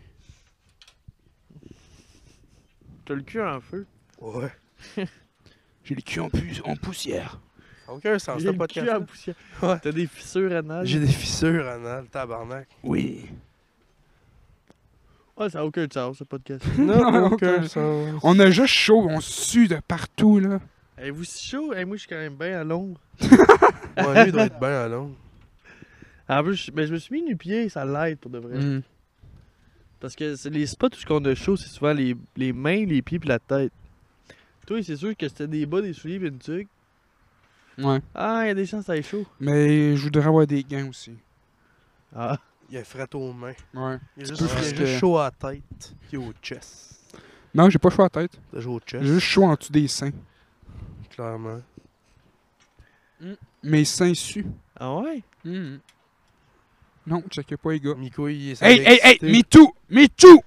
T'as le cul en feu. Ouais. J'ai le cul en, poussière. Aucun sens, J'ai t'as le pas de cul en poussière. Ouais. T'as des fissures anales. J'ai des fissures, Anna, le tabarnak. Oui. Ouais, ça n'a aucun sens, ce podcast. Non, aucun sens. On a juste chaud, on sue de partout, là. Avez-vous si chaud? Hey, moi, je suis quand même bien à l'ombre. Ouais, lui, il doit être bien à l'ombre. En plus, je- mais je me suis mis nu pied, ça l'aide pour de vrai. Mm. Parce que c'est les spots où ce qu'on a chaud, c'est souvent les, les mains, les pieds puis la tête. Toi, c'est sûr que c'était des bas, des souliers puis une tuque. Ouais. Ah, il y a des chances que ça aille chaud. Mais je voudrais avoir des gains aussi. Ah. Il a frette aux mains. Ouais. Il a juste, peux il a juste, juste euh, chaud à la tête. Puis au chest. Non, j'ai pas chaud à la tête. T'as joué au J'ai chest, juste chaud en dessous des seins. clairement. Mes seins suent. Ah ouais? Mm. Non, checkez pas les gars. Miko, il est Hey, hey, hey, me too, me too!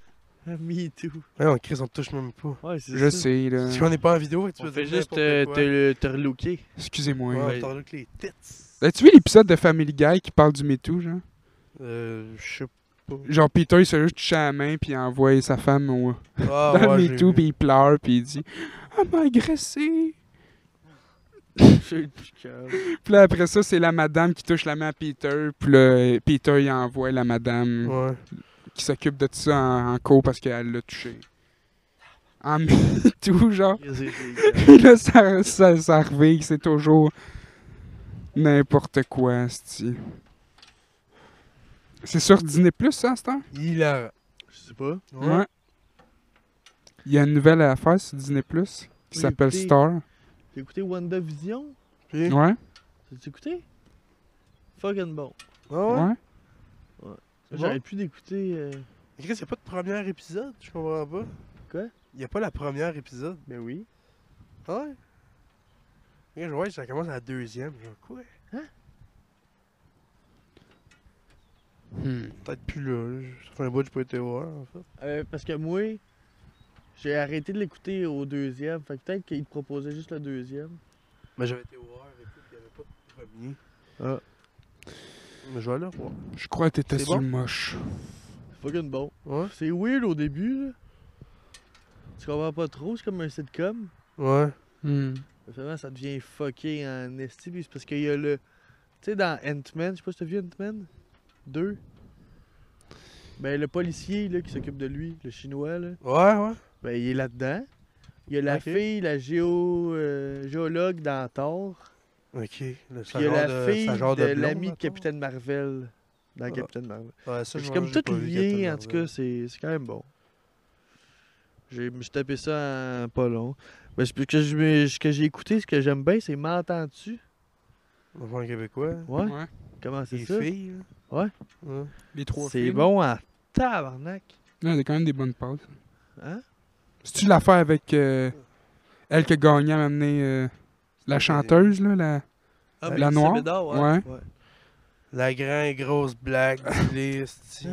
Ah, Me too. Ouais, on Chris, on te touche même pas. Ouais, c'est Je ça. sais, là. Si on n'est pas en vidéo, tu On peux fait dire juste n'importe euh, quoi. te, te relooker. Excusez-moi. Ouais, Ouais. on t'en que les tits. As-tu vu l'épisode de Family Guy qui parle du MeToo, genre? Euh, je sais Genre, Peter, il se fait juste toucher à la main, puis il envoie sa femme au... pas. dans Ah, ouais, le j'ai MeToo, vu. puis il pleure, puis il dit « Elle m'a agressé! J'ai du cœur. » Puis là, après ça, c'est la madame qui touche la main à Peter, puis là, Peter, il envoie la madame Ouais. qui s'occupe de tout ça en, en cours parce qu'elle l'a touché. En MeToo, genre. J'ai- j'ai- Puis là, ça, ça, ça revient, c'est toujours n'importe quoi, c'ti. C'est sur Disney+, ça, à cette heure? Il a. Je sais pas. Ouais. Il y a une nouvelle affaire sur Disney+, qui Oui, s'appelle écoutez. Star. T'as écouté WandaVision? Puis. Ouais. Ouais, T'as-tu écouté? Fucking bon. Ah, ouais. ouais. C'est J'aurais bon? pu d'écouter. euh, Chris, il a pas de premier épisode, je comprends pas. Quoi? Il a pas la première épisode. Ben oui. Ah Ouais. Regarde, je vois, ça commence à la deuxième. Genre, quoi? Hmm. Peut-être plus là. là. Ça fait un bout que j'ai pas été voir, en fait. Euh, parce que moi, j'ai arrêté de l'écouter au deuxième. Fait que peut-être qu'il te proposait juste le deuxième. Mais j'avais été voir, écoute, il y avait pas de premier. Ah. Mais je vais aller voir. Je crois que t'étais C'est sur bon? le moche. C'est fucking bon. Ouais? C'est weird au début, là. Tu comprends pas trop, c'est comme un sitcom. Ouais. Hmm. Mais Finalement, ça devient fucké en esti, puis c'est parce qu'il y a le... Tu sais, dans Ant-Man, je sais pas si t'as vu Ant-Man 2? Ben, le policier, là, qui s'occupe de lui, le chinois, là, Ouais, ouais. ben, il est là-dedans. Il y a la Ok. fille, la géo, euh, géologue dans Thor. Ok. Le Puis il y a la fille de, blonde, l'ami de mettons. Capitaine Marvel dans Ah. Capitaine Marvel. Ouais, ça, C'est je comme m'en- j'ai tout pas vu lié, Captain en tout Marvel. cas, c'est c'est quand même bon. J'ai- Je me suis tapé ça en pas long. Mais ce que je me- ce que j'ai écouté, ce que j'aime bien, c'est M'entends-tu? Enfant québécois. Ouais? Ouais. Comment c'est Les ça? filles, là. Ouais. Ouais. Les trois C'est filles. bon en tabarnak. Il y a quand même des bonnes passes. Hein? C'est-tu l'affaire avec euh, elle que Gagnon a amené euh, la chanteuse, là? La... Ah, La mais Lisa noire? Bédard, ouais. La grande et grosse blague du lit, c'ti.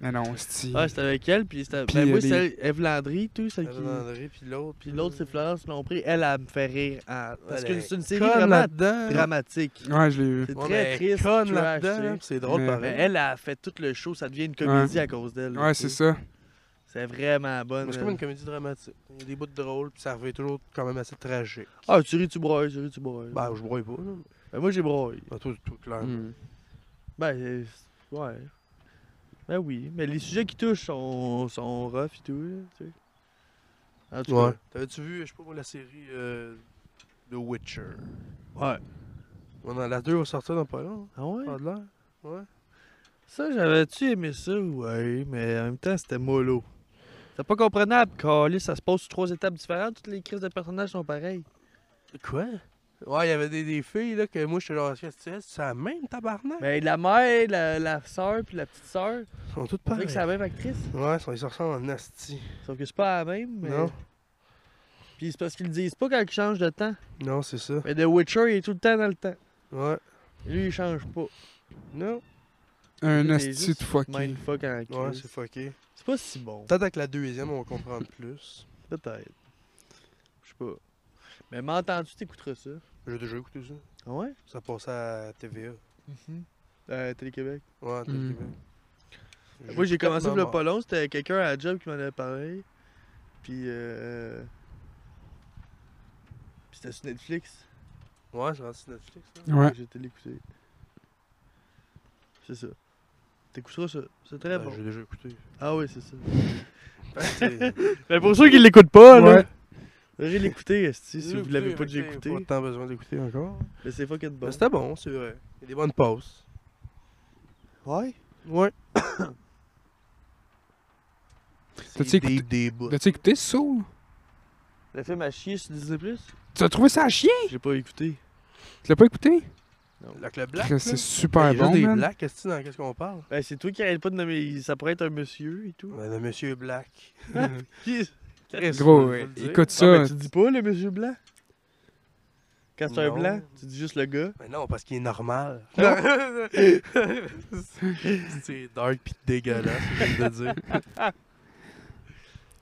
Mais non, c'est... Ouais, c'était Ah, avec elle, puis c'était. Puis, Ben, euh, moi, les- c'est Eve Landry, tout, celle Elle qui. Landry, puis l'autre. Puis l'autre, c'est Florence Lompré. Elle, elle me fait rire. en- Parce Elle que est c'est une série Conne vraiment là-dedans. dramatique. Ouais, je l'ai vu. C'est Ouais, mais très triste. Conne trash, là-dedans, tu là, sais. puis c'est drôle Mais- Mais pareil. elle a fait tout le show, ça devient une comédie à cause d'elle. là, Ouais, tu sais. c'est ça. C'est vraiment bonne. Mais c'est comme une elle. comédie dramatique. Il y a des bouts de drôle, puis ça revient toujours quand même assez tragique. Ah, tu ris, tu broyes, tu ris, tu broyes. Bah. Ben, je broie pas, là. Ben, moi, j'ai broyé. Ben, toi, tout clair. Hmm. Ben, euh, ouais. Ben oui, mais les sujets qui touchent sont, sont rough et tout, là, tu sais. En tout Ouais. T'avais-tu vu, je sais pas moi, la série euh, The Witcher? cas. Ouais. Ouais, non, la 2 va sortir dans pas long, Ah ouais? hein, pas de l'air. Ouais. Ça, j'avais-tu aimé ça? Ouais, mais en même temps, c'était mollo. C'est pas comprenable, Carlis, ça se passe sur trois étapes différentes, toutes les crises de personnages sont pareilles. Quoi? Ouais, il y avait des, des filles, là, que moi, j'étais genre, Est-ce que c'est c'est la même tabarnak? Ben, la mère, la, la soeur, puis la petite soeur, Ils sont toutes on dirait pareilles. que c'est la même actrice. Ouais, ils sont- ils se ressemblent en asti. Sauf que c'est pas la même, mais. Non. Puis c'est parce qu'ils le disent pas quand ils changent de temps. Non, c'est ça. Mais The Witcher, il est tout le temps dans le temps. Ouais. Lui, il change pas. Non. Un Lui, il est asti juste de fucké. Mindfuck en Ouais, crise. c'est fucké. c'est pas si bon. Peut-être avec la deuxième, on va comprendre plus. Peut-être. Je sais pas. Mais m'entends-tu, t'écouteras ça. J'ai déjà écouté ça. Ah ouais? Ça passait à TVA. Euh, Télé-Québec. Ouais, à Télé-Québec. Hmm. Moi, j'ai commencé le complètement pas long, c'était quelqu'un à la job qui m'en avait parlé. Puis, euh... Puis c'était sur Netflix. mort. Ouais, c'est rendu sur Netflix. là. Ouais. Fait que J'ai été l'écouter. C'est ça. T'écouteras ça. C'est très Ben, bon. J'ai déjà écouté. Ben, Ah oui, c'est ça. C'est- Mais pour ceux qui l'écoutent pas, Ouais. Devrez l'écouter, esti, si J'ai vous l'avez écouté, pas déjà fait que écouté. Pas tant besoin d'écouter encore. Mais c'est fucking bon. Mais c'était bon, c'est vrai. Il y a des bonnes pauses. Ouais. Ouais. T'as-tu C'est des écouté- Ben, débats. T'as-tu écouté Soul? Le film à chier sur Disney Plus? Tu as trouvé ça à chier? J'ai pas écouté. Tu l'as pas écouté? Avec le black. Chris, là, C'est il y a super juste bon, des man. blacks, qu'est-ce que dans qu'est-ce qu'on parle Ben c'est toi qui arrête pas de nommer. Ça pourrait être un monsieur et tout. Ben, le monsieur black. Qui? Gros, faut le ouais, dire. écoute Ah, ça. mais tu dis pas le monsieur blanc? Quand c'est un Non. blanc, tu dis juste le gars. Mais Ben, non, parce qu'il est normal. c'est dark pis dégueulasse, je viens de dire.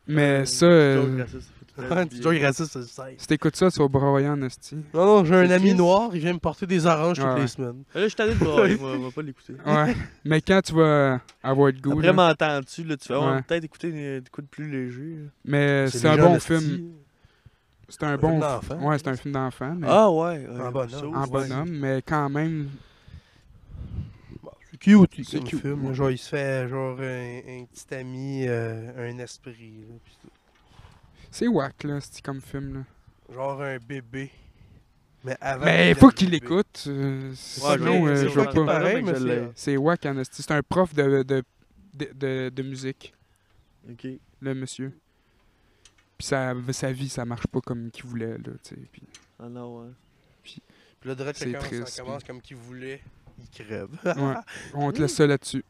Mais ça, Joke hein. euh, raciste, faut tout le temps Ouais, tu oublier. toujours raciste, c'est le site. si t'écoutes ça, tu vas broyer en asti. Non, non, j'ai un C'est ami triste. noir, il vient me porter des oranges Ah toutes ouais. les semaines. Ah, Là, je suis tanné de brailler, moi, on va pas l'écouter. Ouais. mais quand tu vas avoir le goût. Après, là. m'entends-tu, là, tu fais, on va Ouais. peut-être écouter une- des coups de plus léger. là. Mais Ben, c'est un léger en bon esti. film. C'est un Un bon. film d'enfant. Ouais, c'est un film d'enfant. mais- Ah ouais. euh, En bonhomme. sauce, en ouais. bonhomme, mais quand même. Bon, C'est cute, C'est c'est cute, cute. Film, là. ouais. Genre, il se fait genre un, un petit ami, euh, un esprit. là, pis tout. C'est wack, là, c'est comme film. Là. Genre un bébé. Mais avant. Mais qu'il faut qu'il devienne bébé. l'écoute. euh, Ouais, sinon, je- euh, c'est je vais vrai qu'il pas. paraît, Pareil, mais mais je c'est- l'ai. C'est wack, en esti. C'est un prof de, de, de, de, de musique, Ok. le monsieur. Puis sa, sa vie, ça marche pas comme qu'il voulait, là, tu sais. Puis... Ah non, ouais. Puis là, direct, C'est ça commence, triste, ça commence comme qu'il voulait. Il crève. Ouais. On te laisse ça là-dessus.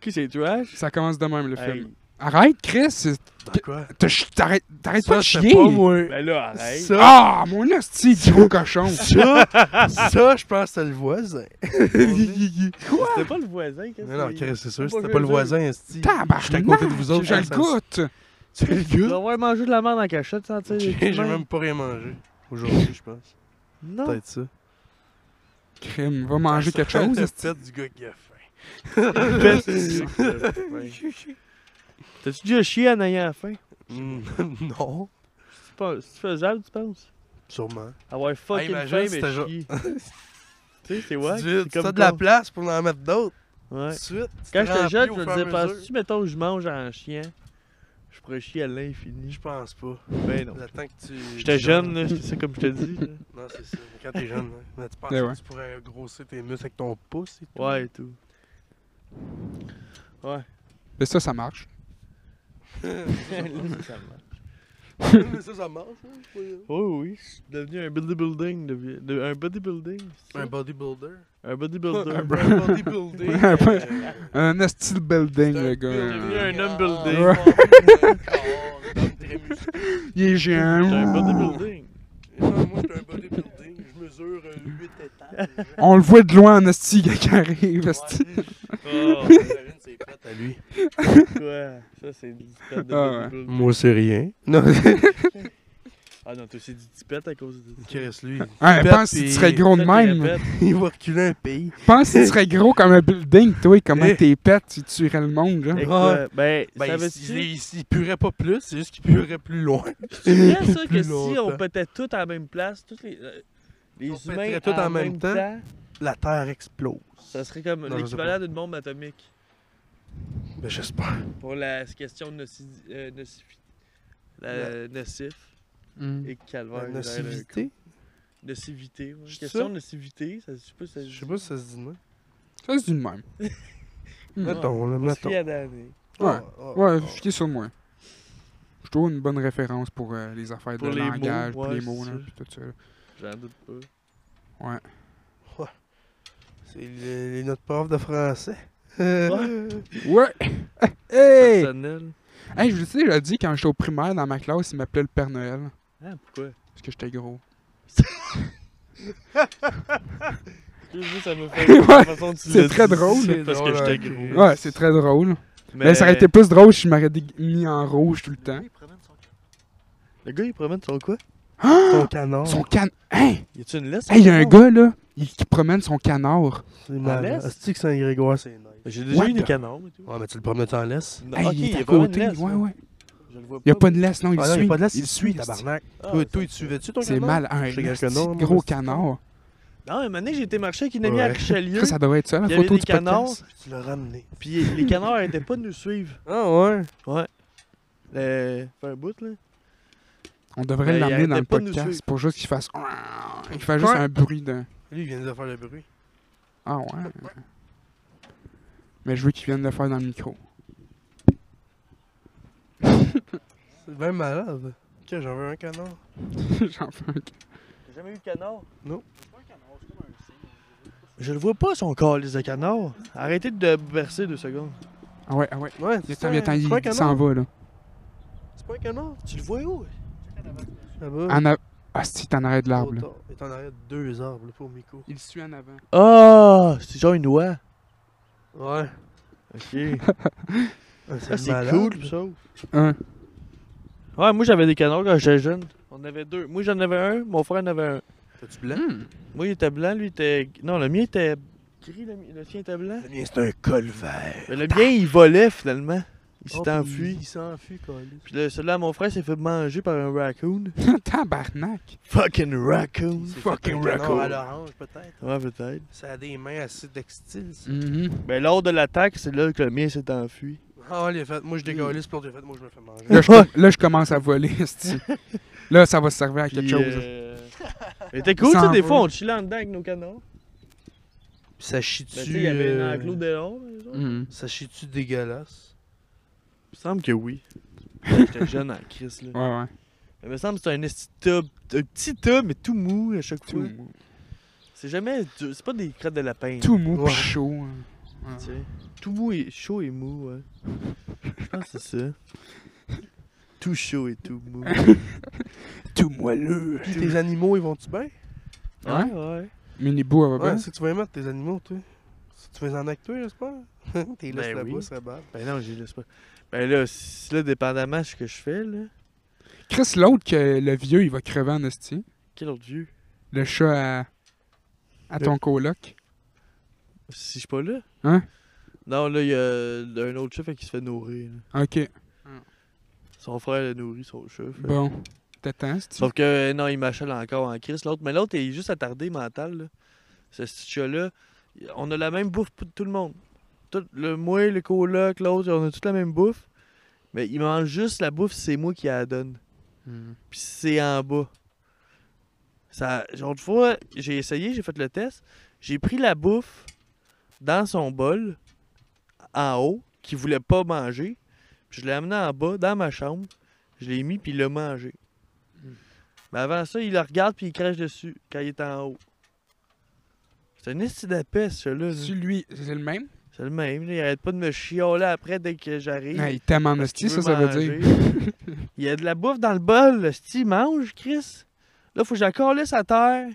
Qui c'est hein? trash? Ça commence de même, le Hey, film. Arrête, Chris. Dans quoi? T'as ch- T'arrêtes t'arrêtes pas Ça, de je sais chier. pas, moi. Ben là, arrête. Ça, Ah, mon hostie, gros cochon. ça, ça, je pense que c'est le voisin. C'était pas le voisin, qu'est-ce Non, non, que Chris, c'est sûr, Faut pas c'était pas que le je voisin, esti. Tabarnak. J'étais à côté de vous autres. Je hein, le ça- goûte. Tu le Tu goûtes? dois avoir mangé de la merde en cachette, ça, tu sais. les J'ai petits mains. même pas rien mangé aujourd'hui, je pense. Non. Peut-être ça. Crime, va manger quelque chose. C'est esti. peut-être du gars qui a faim. T'as-tu déjà chié en ayant faim? Mm, non, C'est pas- C'est faisable, tu penses? sûrement. Avoir fucking imagine faim, si mais t'as genre- chier. tu sais, c'est ouais. tu dis, C'est tu as comme de la quand- place pour en mettre d'autres. Ouais. Tout de suite. tu Quand te j'étais remplis jeune, au je me fur et à disais, mesure. penses-tu, mettons, je mange en chien, je pourrais chier à l'infini? Je pense pas. Ben non. J'attends que tu. J'étais jeune, là, c'est ça comme je te dis. là. Non, c'est ça. Quand t'es jeune, là. Mais tu penses Eh que ouais. tu pourrais grossir tes muscles avec ton pouce et tout. Ouais, et tout. Ouais. Mais ça, ça marche. Là, ça marche. Mais ça, ça marche. hein, c'est pas grave. Oh oui, je suis devenu un bodybuilding. De, de- un bodybuilding? c'est ça? Un bodybuilder. Un bodybuilder. Un bodybuilder. Un bo- euh, Un hostie de building, un le gars. builder un homme en buildé. forme d'un corps, d'un homme très musclé. Il est J'ai un géant. bodybuilding. Non, Moi, je suis un bodybuilding. Je mesure 8 étages. On le voit de loin en hostie quand il arrive. hostie. Oh, Marine, c'est plate à lui. quoi? Ça, c'est du tipette de Ah ouais. bodybuilding. Moi, c'est rien. Non, Ah non, t'as aussi du tipette à cause de ça. Chris, lui, Hein, Pète, pense si tu puis- serais gros de même. il va reculer un pays. Pense si tu serais gros comme un building, toi, et comment Eh. t'es pète, tu tuerais le monde, genre. Et quoi? Ben, Ben, ça il, veut il, dire il- il purerait pas plus, c'est juste qu'il purerait plus loin. ça que plus si longtemps. on pétait tous à la même place, tous les, euh, les On humains pèterait tous en en même même temps? temps, La Terre explose. ça serait comme Non, je sais l'équivalent d'une bombe atomique. Ben, j'espère. Pour la question de noci- euh, nocif, la, nocif Mm. et La calvaire. nocivité? euh, Nocivité. ouais. Je suis Question sûr. de nocivité, ça, je sais pas si ça Je sais pas si ça se dit de même. Ça, c'est du même. Mettons, là, On se fie mettons. à Danny. Ouais. Oh, oh, Ouais, oh. je suis sur moi. Je trouve une bonne référence pour euh, les affaires Pour de les mots, langage, pour ouais, les mots, c'est là, ça. pis tout ça. là. J'en doute pas. C'est le- les- notre prof de français. Euh, Ouais! hey! Personnel. Hey, je vous ai déjà dit, quand j'étais au primaire dans ma classe, il m'appelait le Père Noël. Ah, pourquoi? Parce que j'étais gros. Je sais, ça me fait rire la façon dont tu C'est l'as très dit, drôle. c'est Parce que j'étais gros. Ouais, c'est très drôle. Mais ça aurait été plus drôle si je m'aurais dé- mis en rouge tout le temps. Il promène son cœur. Le gars, il promène son quoi? Ton canard. Son can... Hein? Y a-tu une laisse? Hey, il y a un gars, là, il- qui promène son canard. C'est malade. laisse? Est-ce que Saint-Grégoire, c'est nice? J'ai What déjà eu des the- canards et tout. Ouais, mais tu le promets en laisse? Non, Hey, ok, il est y à a vraiment côté. une laisse, ouais, là. ouais. Je le vois Il y a pas. pas de laisse, non, il Ah non, suit. y a pas de laisse, il suit, tabarnak. tabarnak. Ah, Toi, ça toi, me tu fait- veux-tu ton C'est canard? mal, hein, un Je regarde esti que non, de moi, gros c'est- canard. Non, une année, j'ai été marcher avec une amie à Ouais. Richelieu. Ça, ça devrait être ça, la Il y avait photo des du canards, podcast. Tu l'as ramené. puis les canards arrêtaient pas de nous suivre. Ah ouais? Euh, fait un bout, là. On Ben, devrait il l'amener dans arrêtait le pas de nous podcast suivre. pour juste qu'il fasse... Il fait juste Ouais. un bruit de... Lui, il vient de nous faire le bruit. Ah ouais? Mais je veux qu'il vienne le faire dans le micro. C'est bien malade. Ok, j'en veux un canard. J'en fais un T'as jamais eu de canard? C'est pas un canard, c'est comme un cygne. Je le vois pas, son calice de canard. Arrêtez de bercer deux secondes. Ah ouais, ah ouais. Ouais, Il ça, attend, il attend, c'est pas un il s'en canard. va là. C'est pas un canard. Tu le vois où? Là-bas. En a... Ah si, t'en arrêtes l'arbre là. Trop tard. Oh, Il est en arrière de deux arbres là, pour Miko. Il suit en avant. Ah, c'est genre une oie. Ouais. Ah, Ok. c'est Ça, Ah, c'est malade. cool, ça. Hein? Ouais, moi j'avais des canards quand j'étais jeune. On avait deux. Moi j'en avais un, mon frère en avait un. T'as-tu blanc? Hmm. Moi il était blanc, lui il était. Non, le mien était gris, le, mi- le sien était blanc. Le mien, c'est un col vert. Mais le mien il volait finalement. Il Oh, s'est puis enfui. Il s'enfuit, Colis. Puis le- celui-là, mon frère s'est fait manger par un raccoon. Tabarnak. Fucking raccoon. Fucking À record. l'orange, peut-être. Ouais, peut-être. Ça a des mains assez textiles. ça. Mhm. Ben, lors de l'attaque, c'est là que le mien s'est enfui. Ah ouais, il a fait. Moi, je dégalisse, puis l'autre, il a fait. Moi, je me fais manger. Là, je com- là, je commence à voler, esti. Là, ça va servir à quelque Puis, chose. euh, Mais t'es cool, tu sais, s'en des va. fois, on chillait en dedans avec nos canards. Puis ça Ben, tu sais, chie-tu. il y avait un euh, mm-hmm. enclos dehors, là, genre. Mhm. Ça chie-tu dégueulasse? Il me semble que oui. J'étais jeune en crise, là. Ouais, ouais. Mais il me semble que c'est un esti tub. Un petit tub, mais tout mou à chaque Tout fois. mou. C'est jamais. dur- C'est pas des crottes de lapin. Tout mou Ouais. pis chaud. hein. tu sais. Tout mou et chaud et mou, ouais. Je pense que c'est ça. Tout chaud et tout mou. Tout moelleux. Puis tes animaux, ils vont-tu bien? Ouais? ouais. Minibou, elle va Ouais, bien? si tu vas y mettre tes animaux, toi. Si tu vas en acteur, n'est-ce pas? T'es là Ben sur la oui. bouche, ça bat. Ben non, j'y laisse pas. Ben là, si- là, dépendamment de ce que je fais, là. Chris, l'autre que le vieux, il va crever en hostie. Quel autre vieux? Le chat à, à ton coloc. Si je suis pas là? Hein? Non, là, il y a un autre chat fait qu'il se fait nourrir. là. Ok, Son frère le nourrit son chat. fait. bon. T'attends, c'est-tu? Sauf que, euh, non, il m'achale encore en crise, l'autre. Mais l'autre, il est juste attardé mental, là. Ce petit chat-là. On a la même bouffe pour tout le monde. Tout, le, moi, le coloc, l'autre, on a toute la même bouffe. Mais il mange juste la bouffe, c'est moi qui la donne. Hmm. Puis c'est en bas. Ça, genre, une fois, j'ai essayé, j'ai fait le test. J'ai pris la bouffe dans son bol, en haut, qu'il voulait pas manger. Puis je l'ai amené en bas, dans ma chambre. Je l'ai mis, puis il l'a mangé. Mais avant ça, il le regarde, puis il crache dessus, quand il est en haut. C'est un esti d'épais, celui-là. là. C'est lui, c'est le même? C'est le même, là. il arrête pas de me chioler après dès que j'arrive. Ah, il t'aime en Parce hostie, qu'il ça, veut ça veut manger. dire. Il y a de la bouffe dans le bol, le style mange, Chris. Là, faut que j'accorde laisse à terre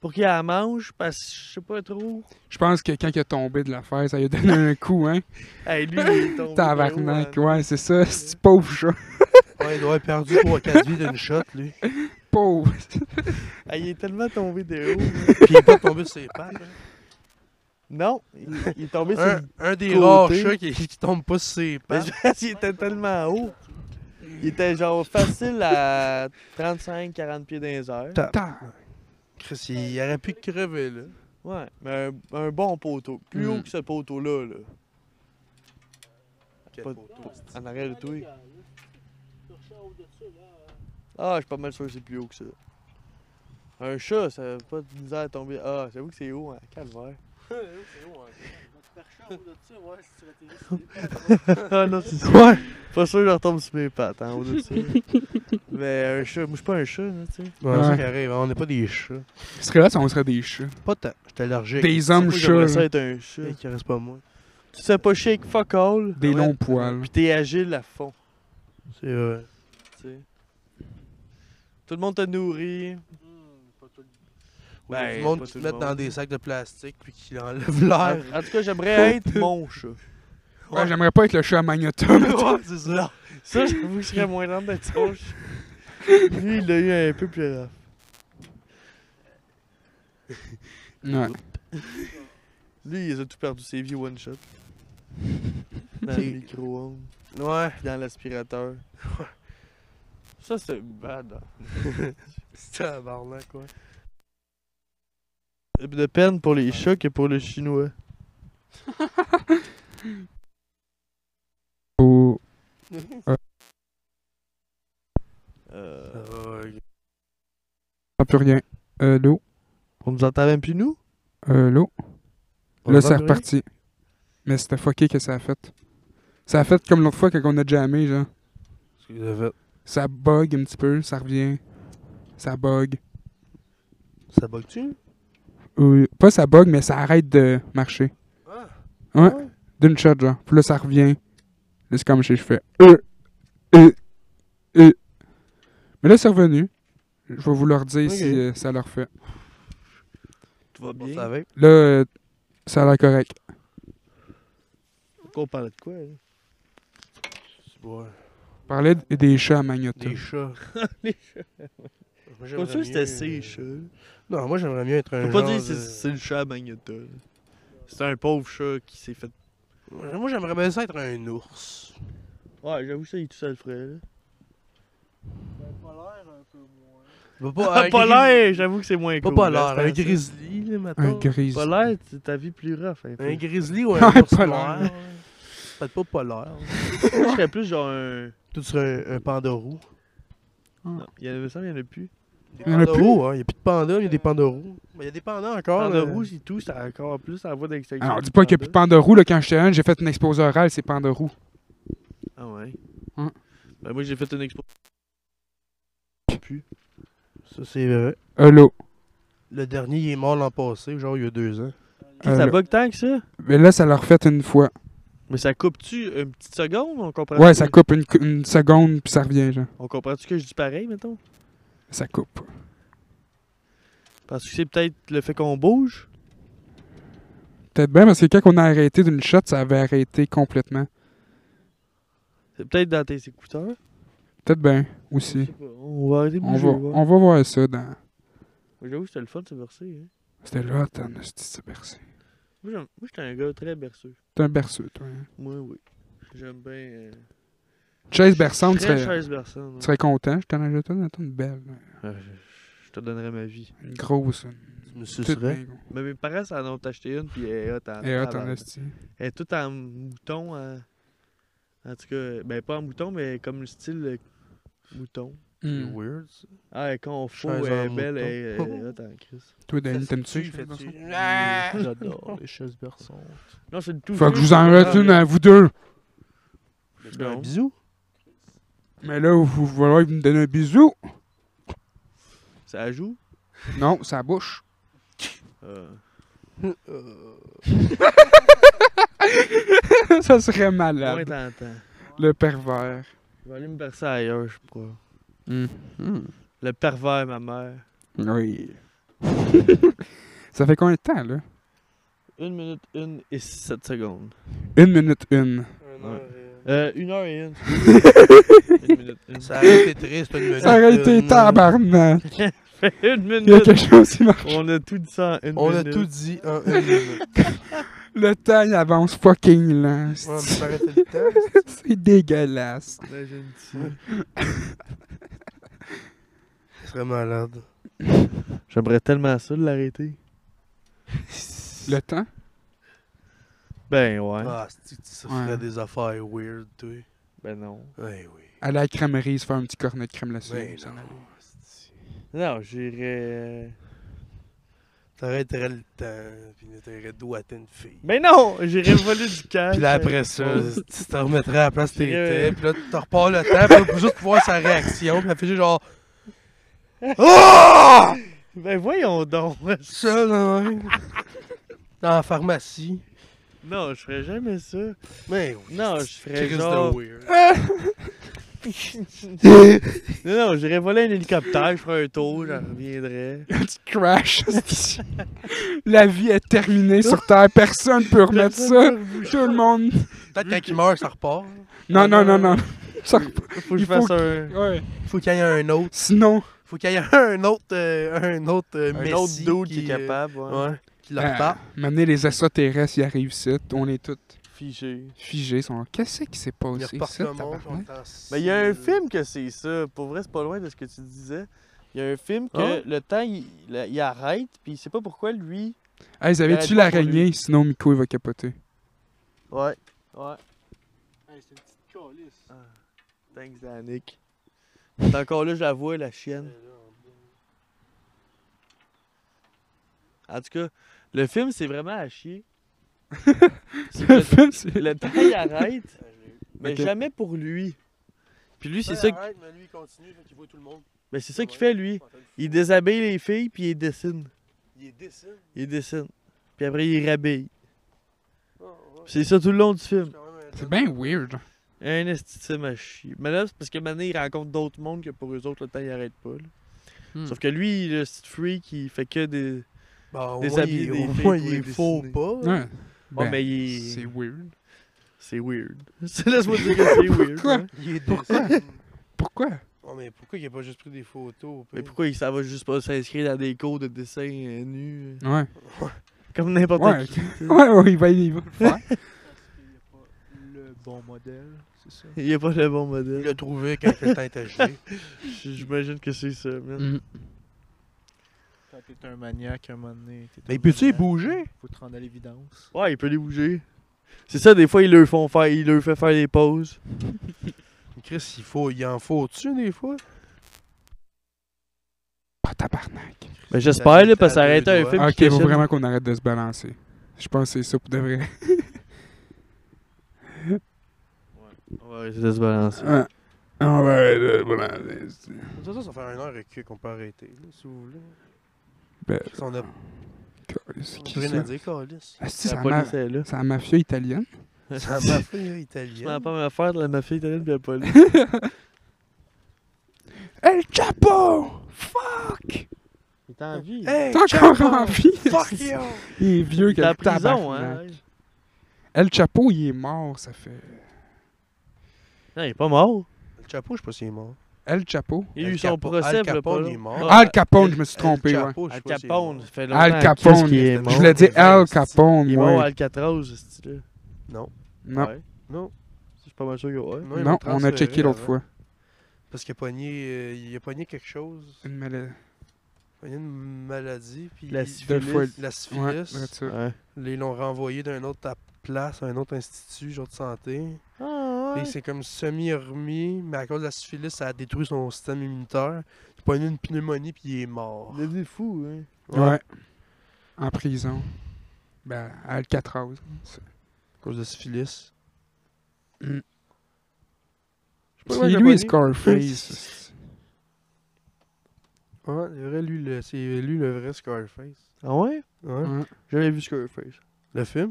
pour qu'il la mange, parce que je sais pas trop. Je pense que quand il est tombé de l'affaire, ça lui a donné un coup, hein? Hey, lui, il est tombé. Tabarnak, de haut, hein. ouais, c'est ça, c'est pauvre chat. Ouais, il doit avoir perdu 3-4 vies d'une shot, lui. Pauvre. hein. Hey, il est tellement tombé de haut. Puis il est pas tombé sur ses pattes. hein. Non, il, il est tombé sur Un, le un des Côté. rares chats qui, qui tombe pas sur ses pattes. parce qu'il était tellement haut. Il était genre facile à 35-40 pieds dans les airs. Ta- Chris, il aurait pu crever, là. Ouais, mais un, un bon poteau. Plus Mm. haut que ce poteau-là, là. Quel Pas- poteau. En arrière de euh, toi. Le chat au de ça, là. euh, Ah, je suis pas mal sûr que c'est plus haut que ça. Un chat, ça a pas de misère à tomber. Ah, j'avoue que c'est haut, hein. Calvaire. Notre perchat au de ça, ouais, si tu atterris sur les pattes, ah non, c'est ça. Ouais! Pas sûr que je retombe sur mes pattes, hein, au-dessus. Mais un chat, moi je suis pas un chat, là, tu sais. Ouais, c'est ça qui arrive, on n'est pas des chats. Ce serait là si on serait des chats. Pas tant. J'étais allergique. Des hommes Moi, j'aimerais ça chats. être un chat. Hey, qui reste pas moi. Tu sais pas chier avec fuck all. Ah Des Ouais. longs poils. Puis t'es agile à fond, C'est euh, vrai. tu sais. Tout le monde te nourrit. Hmm, hum, pas tout le- Ouais, Ben, du monde pas qui tout te le met monde. dans des sacs de plastique puis qui enlève l'air. En, en tout cas, j'aimerais être mon chat. Ouais, j'aimerais pas être le chat à magnétum. Ouais, c'est ça. Ça, j'avoue que je serais moins lente d'être son chat. Lui, il l'a eu un peu plus rare. Ouais. Lui, il a tout perdu ses vies one shot. Dans C'est- le micro-ondes, Ouais. puis dans l'aspirateur. Ça, c'est bad. hein. Ah. C'est tabarnak, quoi. De peine pour les chats que pour le chinois. Au- Ça Euh, va, ok. Pas plus rien. Euh, l'eau. on nous entend même plus, nous? Euh, l'eau. On Là, entend c'est plus rien? reparti. Mais c'était fucké que ça a fait. Ça a fait comme l'autre fois quand on a jammé, genre. Qu'est-ce que vous avez fait? Ça bug un petit peu, ça revient. Ça bug. Ça bug-tu? Ou- Pas ça bug, mais ça arrête de marcher. Ah. Ouais. Ouais. D'une shot, genre. Puis là, ça revient. Là, c'est comme si je fais. Euh, euh, euh. Mais là, c'est revenu. Je vais vous leur dire Ok. si euh, ça leur fait. Tout va On bien. savait. Là, euh, ça a l'air correct. Pourquoi on parlait de quoi, là? C'est bon. Parler d- des chats à magnétum. Des chats. Les Moi, Comme j'aimerais ça, mieux, c'était ses euh, chats. Non, moi j'aimerais mieux être un Faut pas genre dire que de- c'est c'est le chat à Magnata. là. C'est un pauvre chat qui s'est fait. Moi j'aimerais bien ça être un ours. Ouais, j'avoue, ça, il est tout seul, frère. là. Ben, polaire, un peu moins. Pas, Ah, un pas gris- l'air, j'avoue que c'est moins Pas cool. polaire, là, un c'est ça. grizzly, là, Un maintenant. gris. Pas l'air, c'est ta vie plus rough. hein, Un peu. Un grizzly ou un ours polaire. polaire. ouais. Peut-être pas polaire. Moi, je serais plus genre un. Tout sur un, un pandarou. Non, il y en avait ça, mais il y en a plus. Des Il y en a pandarous, hein. Il y a plus de pandas, mais il y a des pandarous. Mais il y a des pandas encore. euh, Panda là. rouge et tout, c'est encore plus en voie d'extinction. Alors, dis pas qu'il n'y a plus de panda roux, là, quand j'étais jeune, j'ai fait une exposé orale, c'est panda roux. Ah ouais. Hein. Ben, moi, j'ai fait une expo. Plus. Ça, c'est vrai. Allô. Le dernier, il est mort l'an passé, genre il y a deux ans. Euh, là. ça bug tant que ça Mais là, ça leur fait une fois. Mais ça coupe-tu une petite seconde? On comprend Ouais, ça coupe une, cou- une seconde, puis ça revient, genre. On comprend-tu que je dis pareil, mettons? Ça coupe. Parce que c'est peut-être le fait qu'on bouge. Peut-être bien, parce que quand on a arrêté d'une shot, ça avait arrêté complètement. C'est peut-être dans tes écouteurs. Peut-être bien, Je aussi. sais pas. On va arrêter de On bouger. va, ouais. on va voir ça dans... J'avoue, c'était le fun de se verser. Hein. C'était là, attends, c'est c'est bercé. Moi, j'aime- moi, j'étais un gars très berceux. T'es un berceux, toi. hein. Moi, oui. J'aime bien. Euh... Une Chaise berçante, tu très serais, chaise berçante, tu serais content. Je t'en achète une, attends, une belle. là. ouais. Euh, je- Je te donnerais ma vie. Une grosse. Une... Tu me toute sucerais? bien, gros. Mais mes parents, ça en ont acheté une, puis elle est hot en Et là, t'en tabarnak. as Elle est toute en mouton. En... en tout cas, ben pas en mouton, mais comme le style euh, mouton. C'est Hmm. weird, Hmm. ça. Ah, elle est confo, Chaise elle est en belle, mouton. elle est elle est hot en crise. Toi, Danny, Ben, t'aimes-tu? Il les chaises Ah! fait berçantes? dessus. J'adore les chaises berçantes. Non, c'est le tout. Ah, Faut que je vous en reste une à vous deux. Un Non. bisou? Mais là, vous, vous, voilà, vous me donnez un bisou. Ça joue? Non, ça bouche. Euh, ça serait malade. moins tentant. Le pervers. Je vais aller me bercer ailleurs, je crois. Hmm. Le pervers, ma mère. Oui. ça fait combien de temps, là? 1 minute 1 et 7 secondes. Une minute, une. Un heure et- Euh, 1 heure et 1. 1 minute 1. Ça aurait été triste, une minute. Ça aurait été une- tabarnak. fait 1 Il y a minute. quelque chose qui marche. On a tout dit ça en 1 minute. On a tout dit en une minute. Le temps, il avance fucking lent. Ouais, mais C'est- ça aurait été le temps. C'est dégueulasse. Imagine-tu. Ça serait malade. J'aimerais tellement ça de l'arrêter. Le temps? Ben ouais. Ah, c'est-tu que ça Ouais. ferait des affaires weird, toi? Ben non. Ouais, oui. Ah, Aller à la crèmerie se faire un petit cornet de crème là-dessus. Ben s'en non, aller. c'est-tu. Non, j'irais. euh, T'arrêterais le temps, pis tu t'aurais doigté une fille. Ben non, j'irais voler du cash. Euh, Puis là, après ça, Ouais. tu te remettrais à la place où J'irais- t'étais, pis là, tu repars le temps, pis là, pour juste voir sa réaction, pis elle fait juste genre. Ah! Ben voyons donc. Ça, là, ouais. Dans la pharmacie. Non, je ferais jamais ça. Mais oui. Non, c'est- je c'est ferais Christ de genre- weird. Non, non, j'irais voler un hélicoptère, je ferais un tour, j'en reviendrais. Tu crash. la vie est terminée sur Terre. Personne peut remettre ça. Tout le monde. Peut-être quand il meurt, ça repart. Non, non, non, non. Ça- Faut que Il je faut fasse un. Ouais. Faut qu'il y ait un autre. Sinon, Faut qu'il y ait un autre. euh, un autre. euh, Un messie autre dude qui est euh, capable, ouais. Ouais. Qui le Ah. repart. m'amener les extraterrestres, ils arrivent ici. On est tous Fiché. figés. ils sont là, Qu'est-ce qui s'est Il passé repart ici, le monde. tabarnak? on est en- Ben, il y a un film que c'est ça. Pour vrai, c'est pas loin de ce que tu disais. Il y a un film que Ah. le temps, il, le- il arrête, puis il sait pas pourquoi lui. Hey, vous Arrête avez-tu pas pour l'araignée? Sinon, Miko, il va capoter. Ouais. Ouais. Ah, Hey, c'est une petite calice. Hein. Thanks, Danick. T'es encore là, je la vois, la chienne. En tout cas, le film, c'est vraiment à chier. C'est que Le le, film, c'est- le temps, il arrête, mais Ok. jamais pour lui. Puis lui, c'est Ouais, ça, qui- Ben, arrête, mais lui, il continue, fait qu'il voit tout le monde. ben, c'est ça qu'il fait, lui. Il déshabille les filles, puis il dessine. Il est décide. Il dessine. Puis après, il rhabille. Ah, Puis C'est ça tout le long du film. C'est bien weird. Un estime à chier. Mais là, c'est parce que maintenant, il rencontre d'autres mondes que pour eux autres, le temps, il arrête pas. là. Hmm. Sauf que lui, le petit freak, il fait que des. Bah, Des ouais, habits, des il- au filles moins, pour il les est faux dessiner. pas. Ouais. Oh, Ben, mais il. C'est weird. C'est weird. Laisse-moi dire que c'est weird. Pourquoi? hein. Il est Pourquoi? décide. Pourquoi? Oh, mais pourquoi il a pas juste pris des photos? Mais pourquoi il- ça va juste pas s'inscrire dans des cours de dessin euh, nu? euh, Ouais. Comme n'importe Ouais. qui. Ouais, ouais, il va il va le faire. Parce qu'il n'y a pas le bon modèle, c'est ça? Il n'y a pas le bon Il modèle. l'a trouvé quand le temps était gelé. J- J'imagine que c'est ça. man. Mm. Quand t'es un maniaque, un moment donné. t'es Mais un peux-tu y maniaque, bouger? Faut te rendre à l'évidence. Ouais, il peut les bouger. C'est ça, des fois, ils leur font faire, ils leur fait faire des pauses. Chris, il, faut, il en faut dessus des fois? Ah, tabarnak. Ben, j'espère, là, parce que ça aurait À deux été un doigts. film Ok, qui faut cachait- vraiment qu'on arrête de se balancer. Je pense que c'est ça pour de vrai. On va arrêter de se balancer. Ouais. On va arrêter de se balancer. De toute façon, ça fait un heure et que qu'on peut arrêter, là, si vous voulez. Ben, Chris, on a c'est on a qui rien à ça? dire, Carlis. Asti, la c'est la police ma- est là. c'est la mafia italienne. Ça m'a fait Je italien. m'en pas à faire de la mafia italienne pis la police. El Chapo! Fuck! Il est Ah, Oh. en vie. Hey, T'as encore Chapo, envie? Fuck you! Il est vieux il que est en le prison, tabarnak. hein. El Chapo, il est mort, ça fait... Non, il est pas mort. Le chapeau, je sais pas s'il est mort. El Chapo? Il a Al eu son Capo- procès, Al pis là, pas Capone, là. il est mort. Ah, Al Capone, je me suis Le trompé, ouais. Chapeau, je sais Al pas s'il est Capone, mort. ça fait longtemps. Al qu'est-ce Capone, qu'il est je mort. Je voulais dire Al Capone, Il est ouais. mort à Alcatraz, ce style-là. Non. Non, Ouais. Non. Je suis pas mal sûr que ouais. il non, m'a on a checké transféré euh, l'autre avant. fois. Parce qu'il a pogné, euh, il a pogné quelque chose. Une maladie. Il a pogné une maladie, puis La il- Deux fois. syphilis. la Ouais, syphilis. regarde ça. Ouais. Ils l'ont renvoyé d'un autre à place, à un autre institut, genre de santé. Ah, Puis c'est comme semi-remis, mais à cause de la syphilis, ça a détruit son système immunitaire. Il a pogné une pneumonie, puis il est mort. Il est devenu fou, hein. Ouais. En prison. Ben, à Alcatraz. À cause de syphilis. Mm. pas C'est pourquoi lui, j'ai Scarface. Ouais, c'est vrai, lui, le- c'est lui le vrai Scarface. Ah ouais? Ouais. Ouais. J'avais vu Scarface. Le film?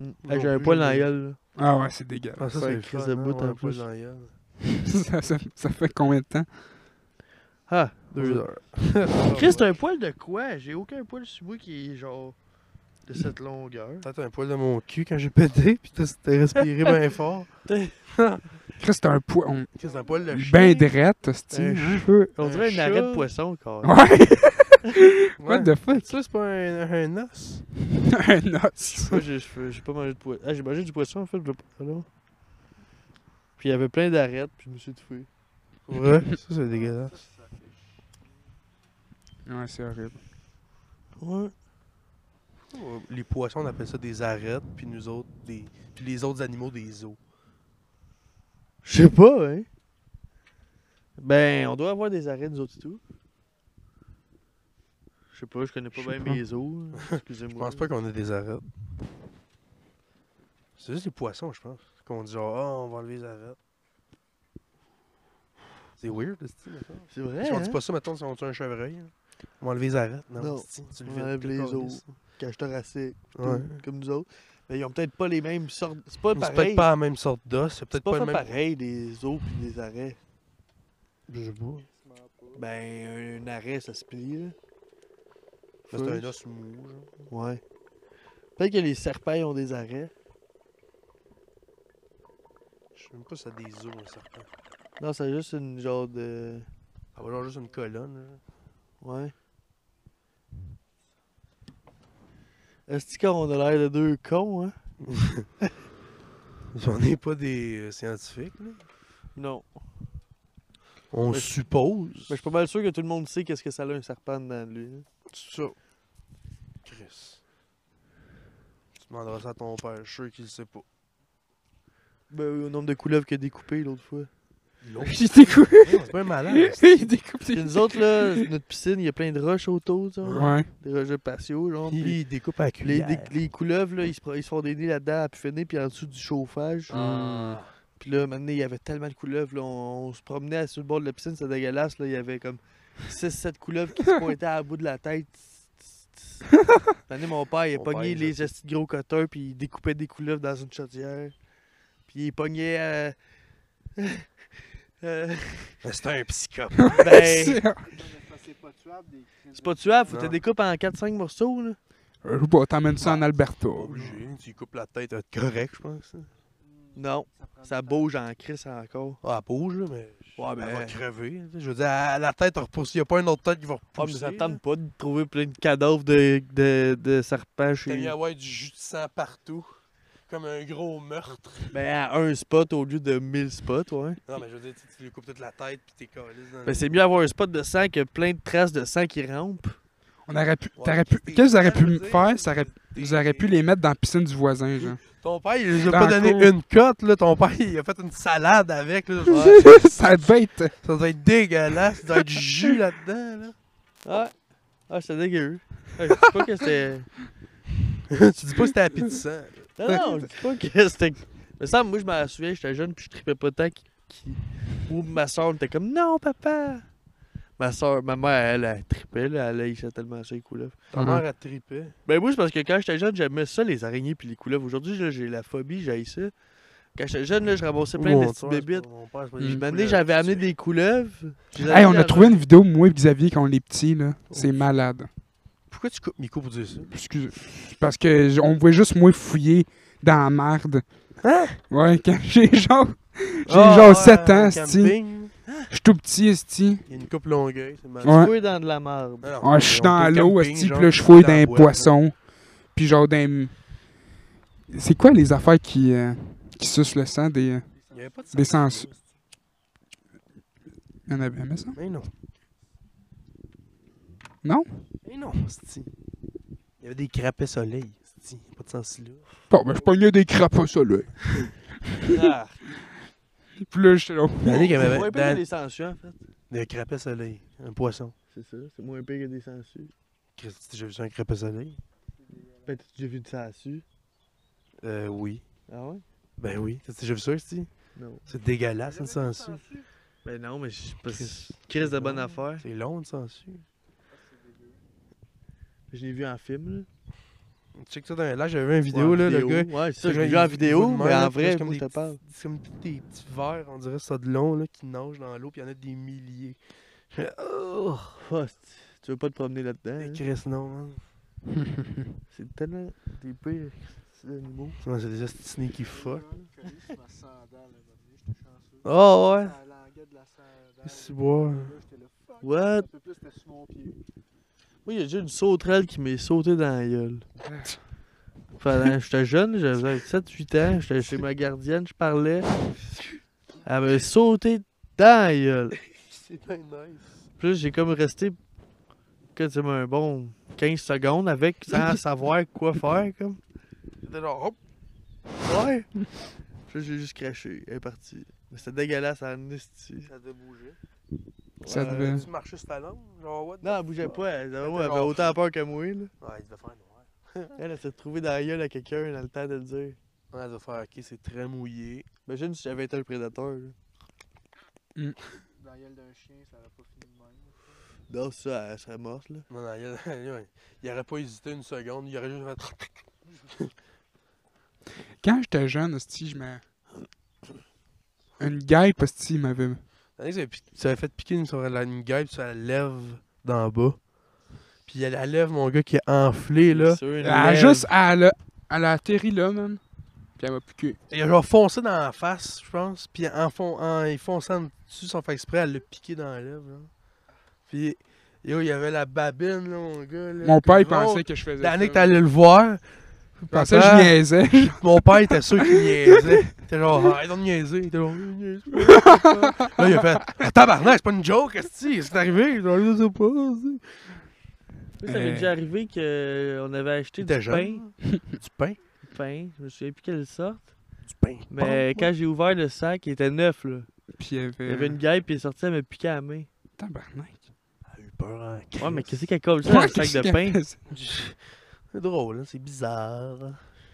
Mm. Non Ah, J'avais plus, pas dans la j'ai- gueule, là. Ah ouais, c'est dégueulasse. Ah, ça, Ouais, c'est le Chris fun, de hein, bout ouais, en pas plus. dans la gueule. ça, ça- ça fait combien de temps? Ah! Deux heures. Chris, Ah, t'as un poil de quoi? J'ai aucun poil sur moi qui est genre de cette longueur. Peut-être un poil de mon cul quand j'ai pété, puis t'as t'as respiré bien fort. Chris, t'as un poids. on- Chris, un poil de Ben drette, Un c'est hein? cheveu. On un dirait une chat. arête de poisson, quoi. Ouais! Ouais. What the fuck? Ça, c'est pas un, un os. un Je sais os. pas, j'ai- j'ai j'ai pas mangé de poisson. Ah, j'ai mangé du poisson en fait, le là. Puis il y avait plein d'arêtes, puis je me suis étouffé. Ouais, ça, c'est dégueulasse. Ouais, c'est horrible. Ouais. Euh, Les poissons, on appelle ça des arêtes, puis nous autres, des. Puis les autres animaux, des os. Je sais pas, hein. Ben, on doit avoir des arêtes, nous autres et tout. Je sais pas, je connais pas Je sais pas. bien mes os. là. Je Excusez-moi. pense pas qu'on a des arêtes. C'est juste les poissons, je pense. Qu'on dit genre, ah, on va enlever les arêtes. C'est weird, le style, ça. C'est vrai. Si on Hein? dit pas ça, mettons, si on tue un chevreuil, là, on va enlever les arêtes. Non, Non, esti, tu le on vides, enlève t'es les calé, os. ça. Quand je thoracique, tout, Ouais. comme nous autres. Ben, ils ont peut-être pas les mêmes sortes. C'est pas Mais C'est pareil. peut-être pas la même sorte d'os, c'est C'est peut-être pas, pas, fait le même. pareil, des os puis des arêtes. Je sais pas. Ben, un arrêt, ça se plie, là. Mais C'est un os mou, genre. Ouais. Peut-être que les serpents ils ont des arrêts. Je sais même pas si ça a des os, un serpent. Non, c'est juste une genre de. Ça va genre juste une colonne, genre. Ouais. Est-ce qu'on a l'air de deux cons, hein? On n'est pas des euh, scientifiques, là. Non. On Mais- suppose. Mais Ben, je suis pas mal sûr que tout le monde sait qu'est-ce que ça a un serpent dans lui. hein. Ça. Chris. Tu demanderas ça à ton père, je suis sûr qu'il le sait pas. Ben, oui, au nombre de couleuvres qu'il a découpé l'autre fois. Non, Il découpe. c'est pas un malade. Il découpe. Puis nous autres, là, notre piscine, il y a plein de roches autour, genre. Ouais. Des roches de patio, genre. puis Il découpe à les, cuillère. les- les couleuvres, là, ils se, pro- ils se font des nids là-dedans à puffer, puis en dessous du chauffage. Ah. Puis là, maintenant, il y avait tellement de couleuvres. Là, on, on se promenait sur le bord de la piscine, c'était dégueulasse. Là, il y avait comme 6-7 couleuvres qui se pointaient à bout de la tête. Maintenant, mon père, il a Mon pogné père, les estis de gros coteurs, puis il découpait des couleuvres dans une chaudière. Puis il pognait. euh, euh, Mais C'est un psychopathe. ben, C'est- C'est pas tuable des crimes. c'est pas tuable, faut Non. que tu découpes en 4-5 morceaux. Là. Je sais pas, t'emmènes ça en Alberta. Obligé. Tu lui coupes la tête, être correct, je pense. hein. Non, prend ça du bouge en crisse encore. Ah, elle bouge, là, mais. Ouais, ben- Elle va crever. là. Je veux dire, à la tête, elle repousse. Il n'y a pas une autre tête qui va Ah, repousser. mais ça là. tente pas de trouver plein de cadavres de, de, de serpents T'as mis chez à avoir du jus de sang partout. Comme un gros meurtre. Ben, à un spot au lieu de 1000 spots, ouais. Non, mais je veux dire, tu- tu lui coupes toute la tête, puis t'es calé dans Ben, c'est mieux avoir un spot de sang que plein de traces de sang qui rampent. On aurait pu. Ouais, T'aurais pu. t'es- Qu'est-ce que j'aurais je veux pu dire, faire? Ça aurait- Ils auraient pu les mettre dans la piscine du voisin, genre. Ton père, il a Dans pas la donné cour. une cote, là. Ton père, il a fait une salade avec, là. Genre, ça devait être. ça doit être dégueulasse. Ça doit être du jus là-dedans, Ah, ah c'était dégueu. Ah, je dis pas que c'était. là. tu dis pas que c'était appétissant. Non, non, je dis pas que c'était. Mais ça, moi, je m'en souviens, j'étais jeune, puis je tripais pas tant qui. Ou ma soeur était comme, non, papa! Ma soeur, ma mère, elle, elle trippait, là, elle haïssait tellement ça, les couleuvres. Ta Ouais. mère a trippé. Ben moi, c'est parce que quand j'étais jeune, j'aimais ça, les araignées puis les couleuvres. Aujourd'hui, là, j'ai la phobie, j'haïs ça. Quand j'étais jeune, là, je ramassais plein de petites bébites. Puis, Mm. Ben, un moment donné, j'avais amené des couleuvres. Je les avais Hey, on mis a dans- trouvé une vidéo, moi et Xavier, quand on est petits, là. C'est malade. Pourquoi tu coupes Miko pour dire ça? Excusez. Parce que j- on voit juste moi fouiller dans la merde. Hein? Ouais, quand j'ai genre. J'ai Ah, genre ouais, 7 ans, sti. camping, Je suis tout petit, esti. Il y a une coupe longueuil, c'est mal. Ouais. Fouille dans de la marde. Ah, non, Ouais, je suis on dans fait l'eau, camping, esti, genre, puis là, je fouille dans dans la les boîte, là. poissons. Puis genre dans. les- C'est quoi les affaires qui, euh, qui sucent le sang des. euh, Il y avait pas de Des sens. sens. Il y en avait jamais ça? Mais non. Non? Mais non, sti. Il y avait des crapets soleil, sti. Il y a pas de sens là. Bon, ben, je pognais des crapauds, ça, là. Ah. Puis là, j'étais là. Yannick, il y C'est avait moins pire que Dan- des sangsues, ben, en fait. des crapets soleil, un poisson. C'est ça, c'est moins pire que des sangsues. Christy, j'ai vu ça, un crapet soleil? Ben, t'as déjà vu de sangsues? Euh, oui. Ah ouais? Ben oui. T'as déjà vu ça, sti? Non. C'est dégueulasse, une sangsue. Ben non, mais je sais pas si... Chris. Chris de bonne affaire. C'est long, une sangsue. Je l'ai vu en film, là. Tu sais que ça dans là, j'avais vu une vidéo, là, le gars. Ouais, c'est ça, le je gars, l'ai vu en il- il vidéo, voit de mais même, en là, puis vrai, c'est comme comme je des te parle. petits- C'est comme tous des petits verres, on dirait ça de long, là, qui nagent dans l'eau, puis il y en a des milliers. Je fais, oh, Oh, c'est- tu veux pas te promener là-dedans, hein? Chris, non, man. C'est tellement des pires animaux. Non, c'est déjà ce sneaky fuck. Oh Oh, ouais. ouais. C'est bon. What? Un peu plus, c'était sous mon pied. Moi, il y a déjà une sauterelle qui m'est sautée dans la gueule. Pendant- j'étais jeune, j'avais 7-8 ans, j'étais chez ma gardienne, je parlais. Elle m'a sauté dans la gueule. C'est bien nice. Puis là, j'ai comme resté que tu sais, un bon 15 secondes avec sans savoir quoi faire comme. C'était genre, hop, Ouais. Puis là, j'ai juste craché, elle est partie. Mais c'était dégueulasse en esti. ça devait bouger. Ça Ouais, devait. Tu marchais sur ta langue, genre, what? the- Non, elle bougeait pas, elle, elle C'était avait genre- autant peur que moi là. Ouais, il devait faire noir. Elle, elle s'est retrouvée dans la gueule à quelqu'un dans le temps de le dire. Ouais, il devait faire, ok, c'est très mouillé. Imagine si j'avais été le prédateur. Là. Dans la gueule d'un chien, ça aurait pas fini de même. Non, ça, elle serait morte là. Non, non, il, il, il aurait pas hésité une seconde, il aurait juste fait. Quand j'étais jeune, esti, je me. Une guêpe, esti, m'avait. Tandis que ça avait fait piquer une, sur la, une gueule sur la lèvre d'en bas. Puis elle la lèvre, mon gars, qui est enflé, là. Sur Elle une a lèvre. juste. Elle a, elle a atterri là, man. Puis elle m'a piqué. Il a genre foncé dans la face, je pense. Puis en, fon en y fonçant dessus, sans faire exprès, elle l'a piqué dans la lèvre, genre. Puis, yo, il y avait la babine, là, mon gars. Là, Mon père, il Gros. Oh, pensait que je faisais. L'année que ça. t'allais le voir, Il pensait que Papa. je niaisais. mon père était sûr qu'il niaisait. Il était genre, ah, ils ont niaisé. Il était genre, Il niaise pas. Là, il a fait, ah, tabarnak, c'est pas une joke, esti, c'est arrivé. Genre, je sais pas. esti. Moi, ça m'est Euh. déjà arrivé qu'on avait acheté du T'étais pain. jeune. Du pain. Du pain, je me souviens plus quelle sorte. Du pain. Mais quand j'ai ouvert le sac, il était neuf là. Puis il y avait. Il y avait une guêpe puis il est sorti, elle m'a piqué à la main. Tabarnak. Elle a eu peur en crise. Ouais, mais qu'est-ce qu'elle colle ça dans le qu'est-ce sac de qu'elle pain? faisait? C'est drôle, hein, c'est bizarre.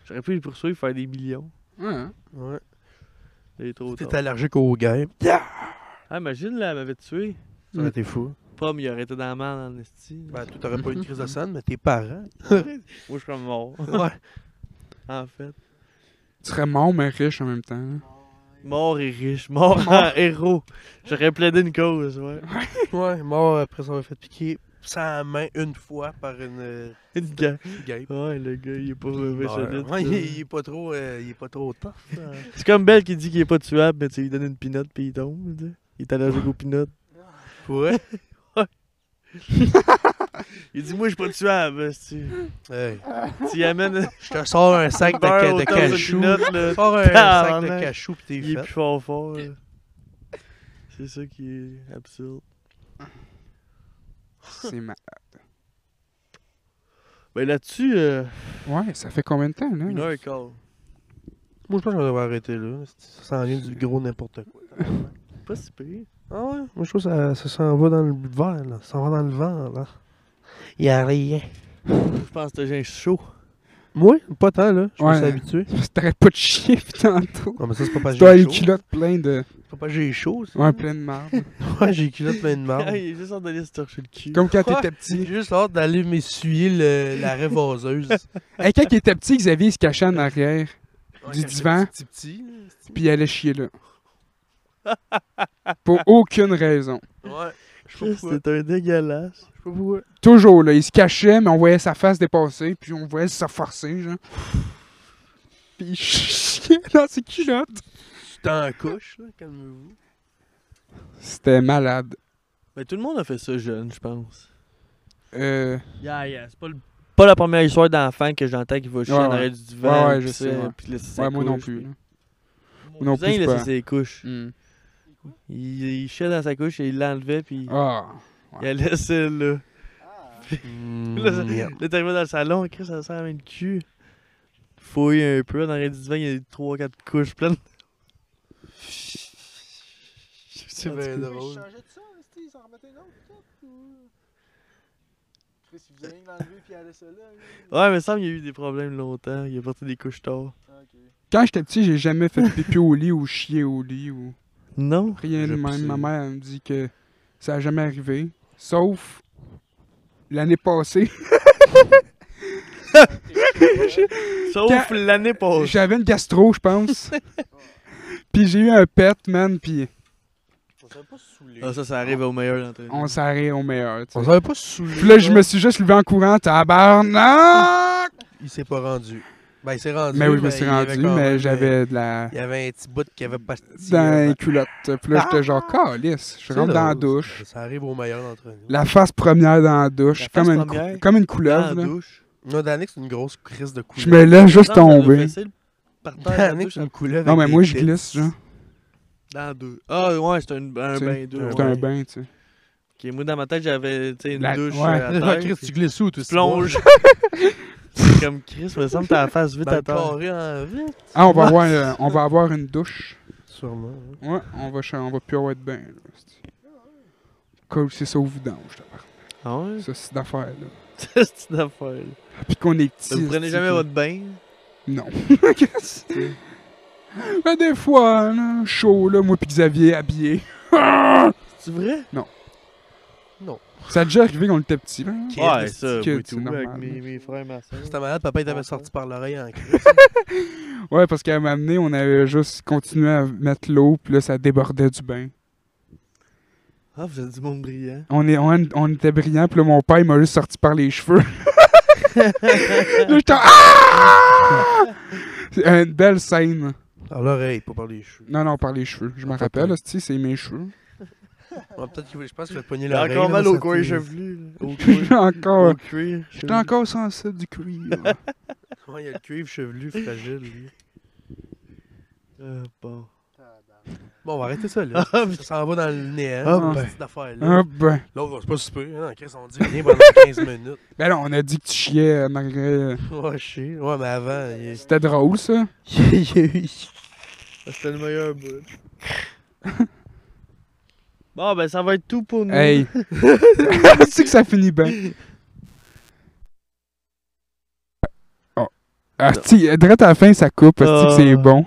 J'aurais pu le poursuivre, faire des millions. Ouais, hein. Ouais. Il est trop T'es tard. allergique aux game. Ah, imagine là, elle m'avait tué. Ça Mm. aurait été fou. Pomme, il aurait été dans la merde en esti. Ben, toi, t'aurais pas eu une crise de scène, mais tes parents. Moi, je suis comme mort, ouais. en fait. Tu serais mort, mais riche en même temps. hein. Mort et riche, mort en héros. J'aurais plaidé une cause, ouais. Ouais, mort après s'avoir fait piquer sans main une fois par une euh, Une guêpe. guêpe. Ouais, le gars, il est pas mauvais solide. Ouais, il, ça. il est pas trop, euh, il est pas trop tough. hein. C'est comme Belle qui dit qu'il est pas tuable, mais tu lui donnes une pinotte puis il tombe. tu sais. Il est allergique aux pinottes. Ouais. Il dit Moi, je suis pas tuable. Tu Hey, tu y amènes Euh, je te sors un sac de, ca- de de cachou. pinottes, là, Sors un sac de Tabarnak. cachou pis t'es il est fait. plus fort fort. là. C'est ça qui est absurde. C'est ma. Ben là-dessus, euh, Ouais, ça fait combien de temps, Hmm. là? une heure et quart. Moi, je pense que je vais arrêter là. Ça s'en vient du gros n'importe quoi. Pas si pire. Ah ouais? Moi, je trouve que ça, ça s'en va dans le verre, là. Ça s'en va dans le vent, là. Il y a rien. Je pense que j'ai un chaud. Moi, pas tant, là. Je me suis Ouais. habitué. T'arrêtes pas de chier, pis tantôt. Non, mais ça, c'est pas parce T'as que j'ai les chaud. culottes pleines de. C'est pas parce que j'ai chaud, ça. Ouais, pleines de marde. Ouais, j'ai les culottes pleines de marde. Ah, il est juste en train de se torcher le cul. Comme quand Ouais. t'étais J'ai petit. juste hâte d'aller m'essuyer le- la revaseuse. Hey, quand il était petit, Xavier il se cachait en arrière, Du divan. Petit, petit, là, c'est-tu? puis il allait chier là. Pour aucune raison. Ouais. Je sais pas Chris, pourquoi. C'est un dégueulasse. Je sais pas pourquoi. Toujours là, il se cachait, mais on voyait sa face dépasser, puis on voyait sa forcer, genre. Puis il chiait dans ses culottes. Tu t'en couches, là, calmez-vous. C'était malade. Mais Ben, tout le monde a fait ça jeune, je pense. Euh, Yeah, yeah. C'est pas, le- pas la première histoire d'enfant que j'entends qui va chier Ouais, en ouais. arrière du Ouais, divan. ouais, pis je ça, sais, ouais. pis laisser ses ouais, moi non couches, plus. pis- là. Mon Non cousin, plus, il pas. laissait ses couches. Hmm. Il, il chiait dans sa couche et il l'enlevait, puis Ah. il la laissait là. Ah, Hmm. Là, ça- Mm, yeah. là, t'es arrivé dans le salon, Chris, ça sent la main de cul. Fouille un peu, en arrière du divan, il y a 3-4 couches pleines. C'est bien mais il drôle. changeait de ça, esti, il s'en remettait une autre, peut-être, ou... Chris, il faisait rien que l'enlever, puis il allait ça là. là. Ouais, mais ça, il y a eu des problèmes longtemps. Il a porté des couches tard. Ah, ok. Quand j'étais petit, j'ai jamais fait pipi au lit ou chier au lit ou Non? rien Je de même. sais. Ma mère elle me dit que ça a jamais arrivé. Sauf l'année passée, Sauf Quand- l'année passée. j'avais une gastro, je pense. puis j'ai eu un pet, man, puis On s'est pas saoulé. Ah, ça, ça arrive au meilleur d'entre nous. on s'arrête au meilleur. tu On sais. s'avait pas saoulé. Puis là, je me suis juste levé en courant, Ah, tabarnak! Il s'est pas rendu. Ben, il s'est rendu. Mais oui, je me suis il y avait rendu, quand mais même, j'avais de la. Il y avait un petit bout qui avait parti. dans là. les culottes. Puis là, j'étais Ah! genre, calisse. Je C'est rentre dans la drôle, douche. ça. Ça arrive au meilleur d'entre nous. La face première dans la douche, La comme, face une cou- première comme une Dans couleuvre. la là. douche. Non, Danick, c'est une grosse crise de couleur. Je me laisse Ah, juste Non, t'as tomber. dressé le- Par terre, dans la Danick, douche. c'est une couleur. Non, mais moi, je glisse, genre. Dans la douche. Ah, ouais, c'était une- un Tu sais, bain douche. C'est un ouais. bain, tu sais. Ok, moi, dans ma tête, j'avais tu sais, une La- douche ouais. euh, à terre, Chris, puis tu glisses où, toi? tu plonges. C'est comme Chris, me semble que t'as la face vite Dans à le terre. carré en ville. Ah, on va, avoir, euh, on va avoir une douche. Sûrement. hein. Ouais, on va, cha- on va plus avoir de bain. là, c'est- Cool, c'est ça au vidange, tabarnak. Ah ouais? Ça, c'est d'affaire, là. C'est une affaire. là. Puis qu'on est petit. Vous prenez c'est jamais que- votre bain? Non. Qu'est-ce que c'est? Ben, des fois, là, chaud, là, moi puis Xavier habillé. C'est vrai? Ça a déjà arrivé quand on était petit, là. Ouais, Qu'est-ce ça, que oui, c'est tout, avec normal, mes, là. mes frères et ma soeur. C'était malade, papa, il t'avait Ouais. sorti par l'oreille en crise. Ouais, parce qu'à m'amener, on avait juste continué à mettre l'eau, puis là, ça débordait du bain. Ah, vous êtes du monde brillant. On, est, on, on était brillants, puis là, mon père, il m'a juste sorti par les cheveux. là, j'étais. Ah! C'est Une belle scène. Par l'oreille, pas par les cheveux. Non, non, par les cheveux. Je m'en Ah, pas rappelle, toi. hostie, c'est mes cheveux. Ouais, Ah, Peut-être que je pense qu'il a pogné Il a l'oreille. encore là, mal mais au ça coin t'a- chevelu. là. Au J'ai cuir. encore. Au cuir. J'étais encore sensible du cuir. Ouais, il a le cuivre chevelu fragile, lui. Euh, bon. Tabarnak. Bon, on va arrêter ça, là. Ah, Ça s'en va dans le néant. Ah, cette ben. petite affaire-là. ah, ben. L'autre, c'est pas super. Hein, Chris, on dit rien pendant 15 minutes. Ben non, on a dit que tu chiais euh, malgré. Ouais, chier. Ouais, mais avant, il est... C'était drôle, ça. Ah, C'était le meilleur bout. bon, ben, ça va être tout pour nous. Hey. c'est que ça finit bien. Oh. Ah, si, direct à la fin, ça coupe. Asti, que c'est Ah. bon.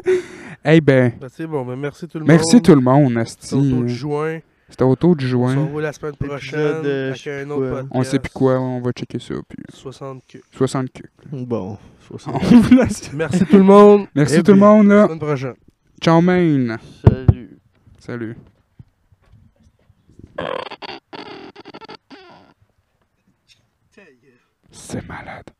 hey, ben, Ben, c'est bon, ben, merci tout le merci hein. monde. tout le monde, C'est au tour de Asti. juin. C'était autour du On se juin. revoit la semaine Épisode, prochaine euh, avec je sais un plus autre quoi. podcast. On sait plus quoi, on va checker ça. Puis 60 que. 60 cucs. Bon, faut ça. On vous laisse. Merci tout le monde. Eh Merci Et tout le puis, monde, là. Semaine prochaine. Ciao, man. Salut. Salut. C'est malade.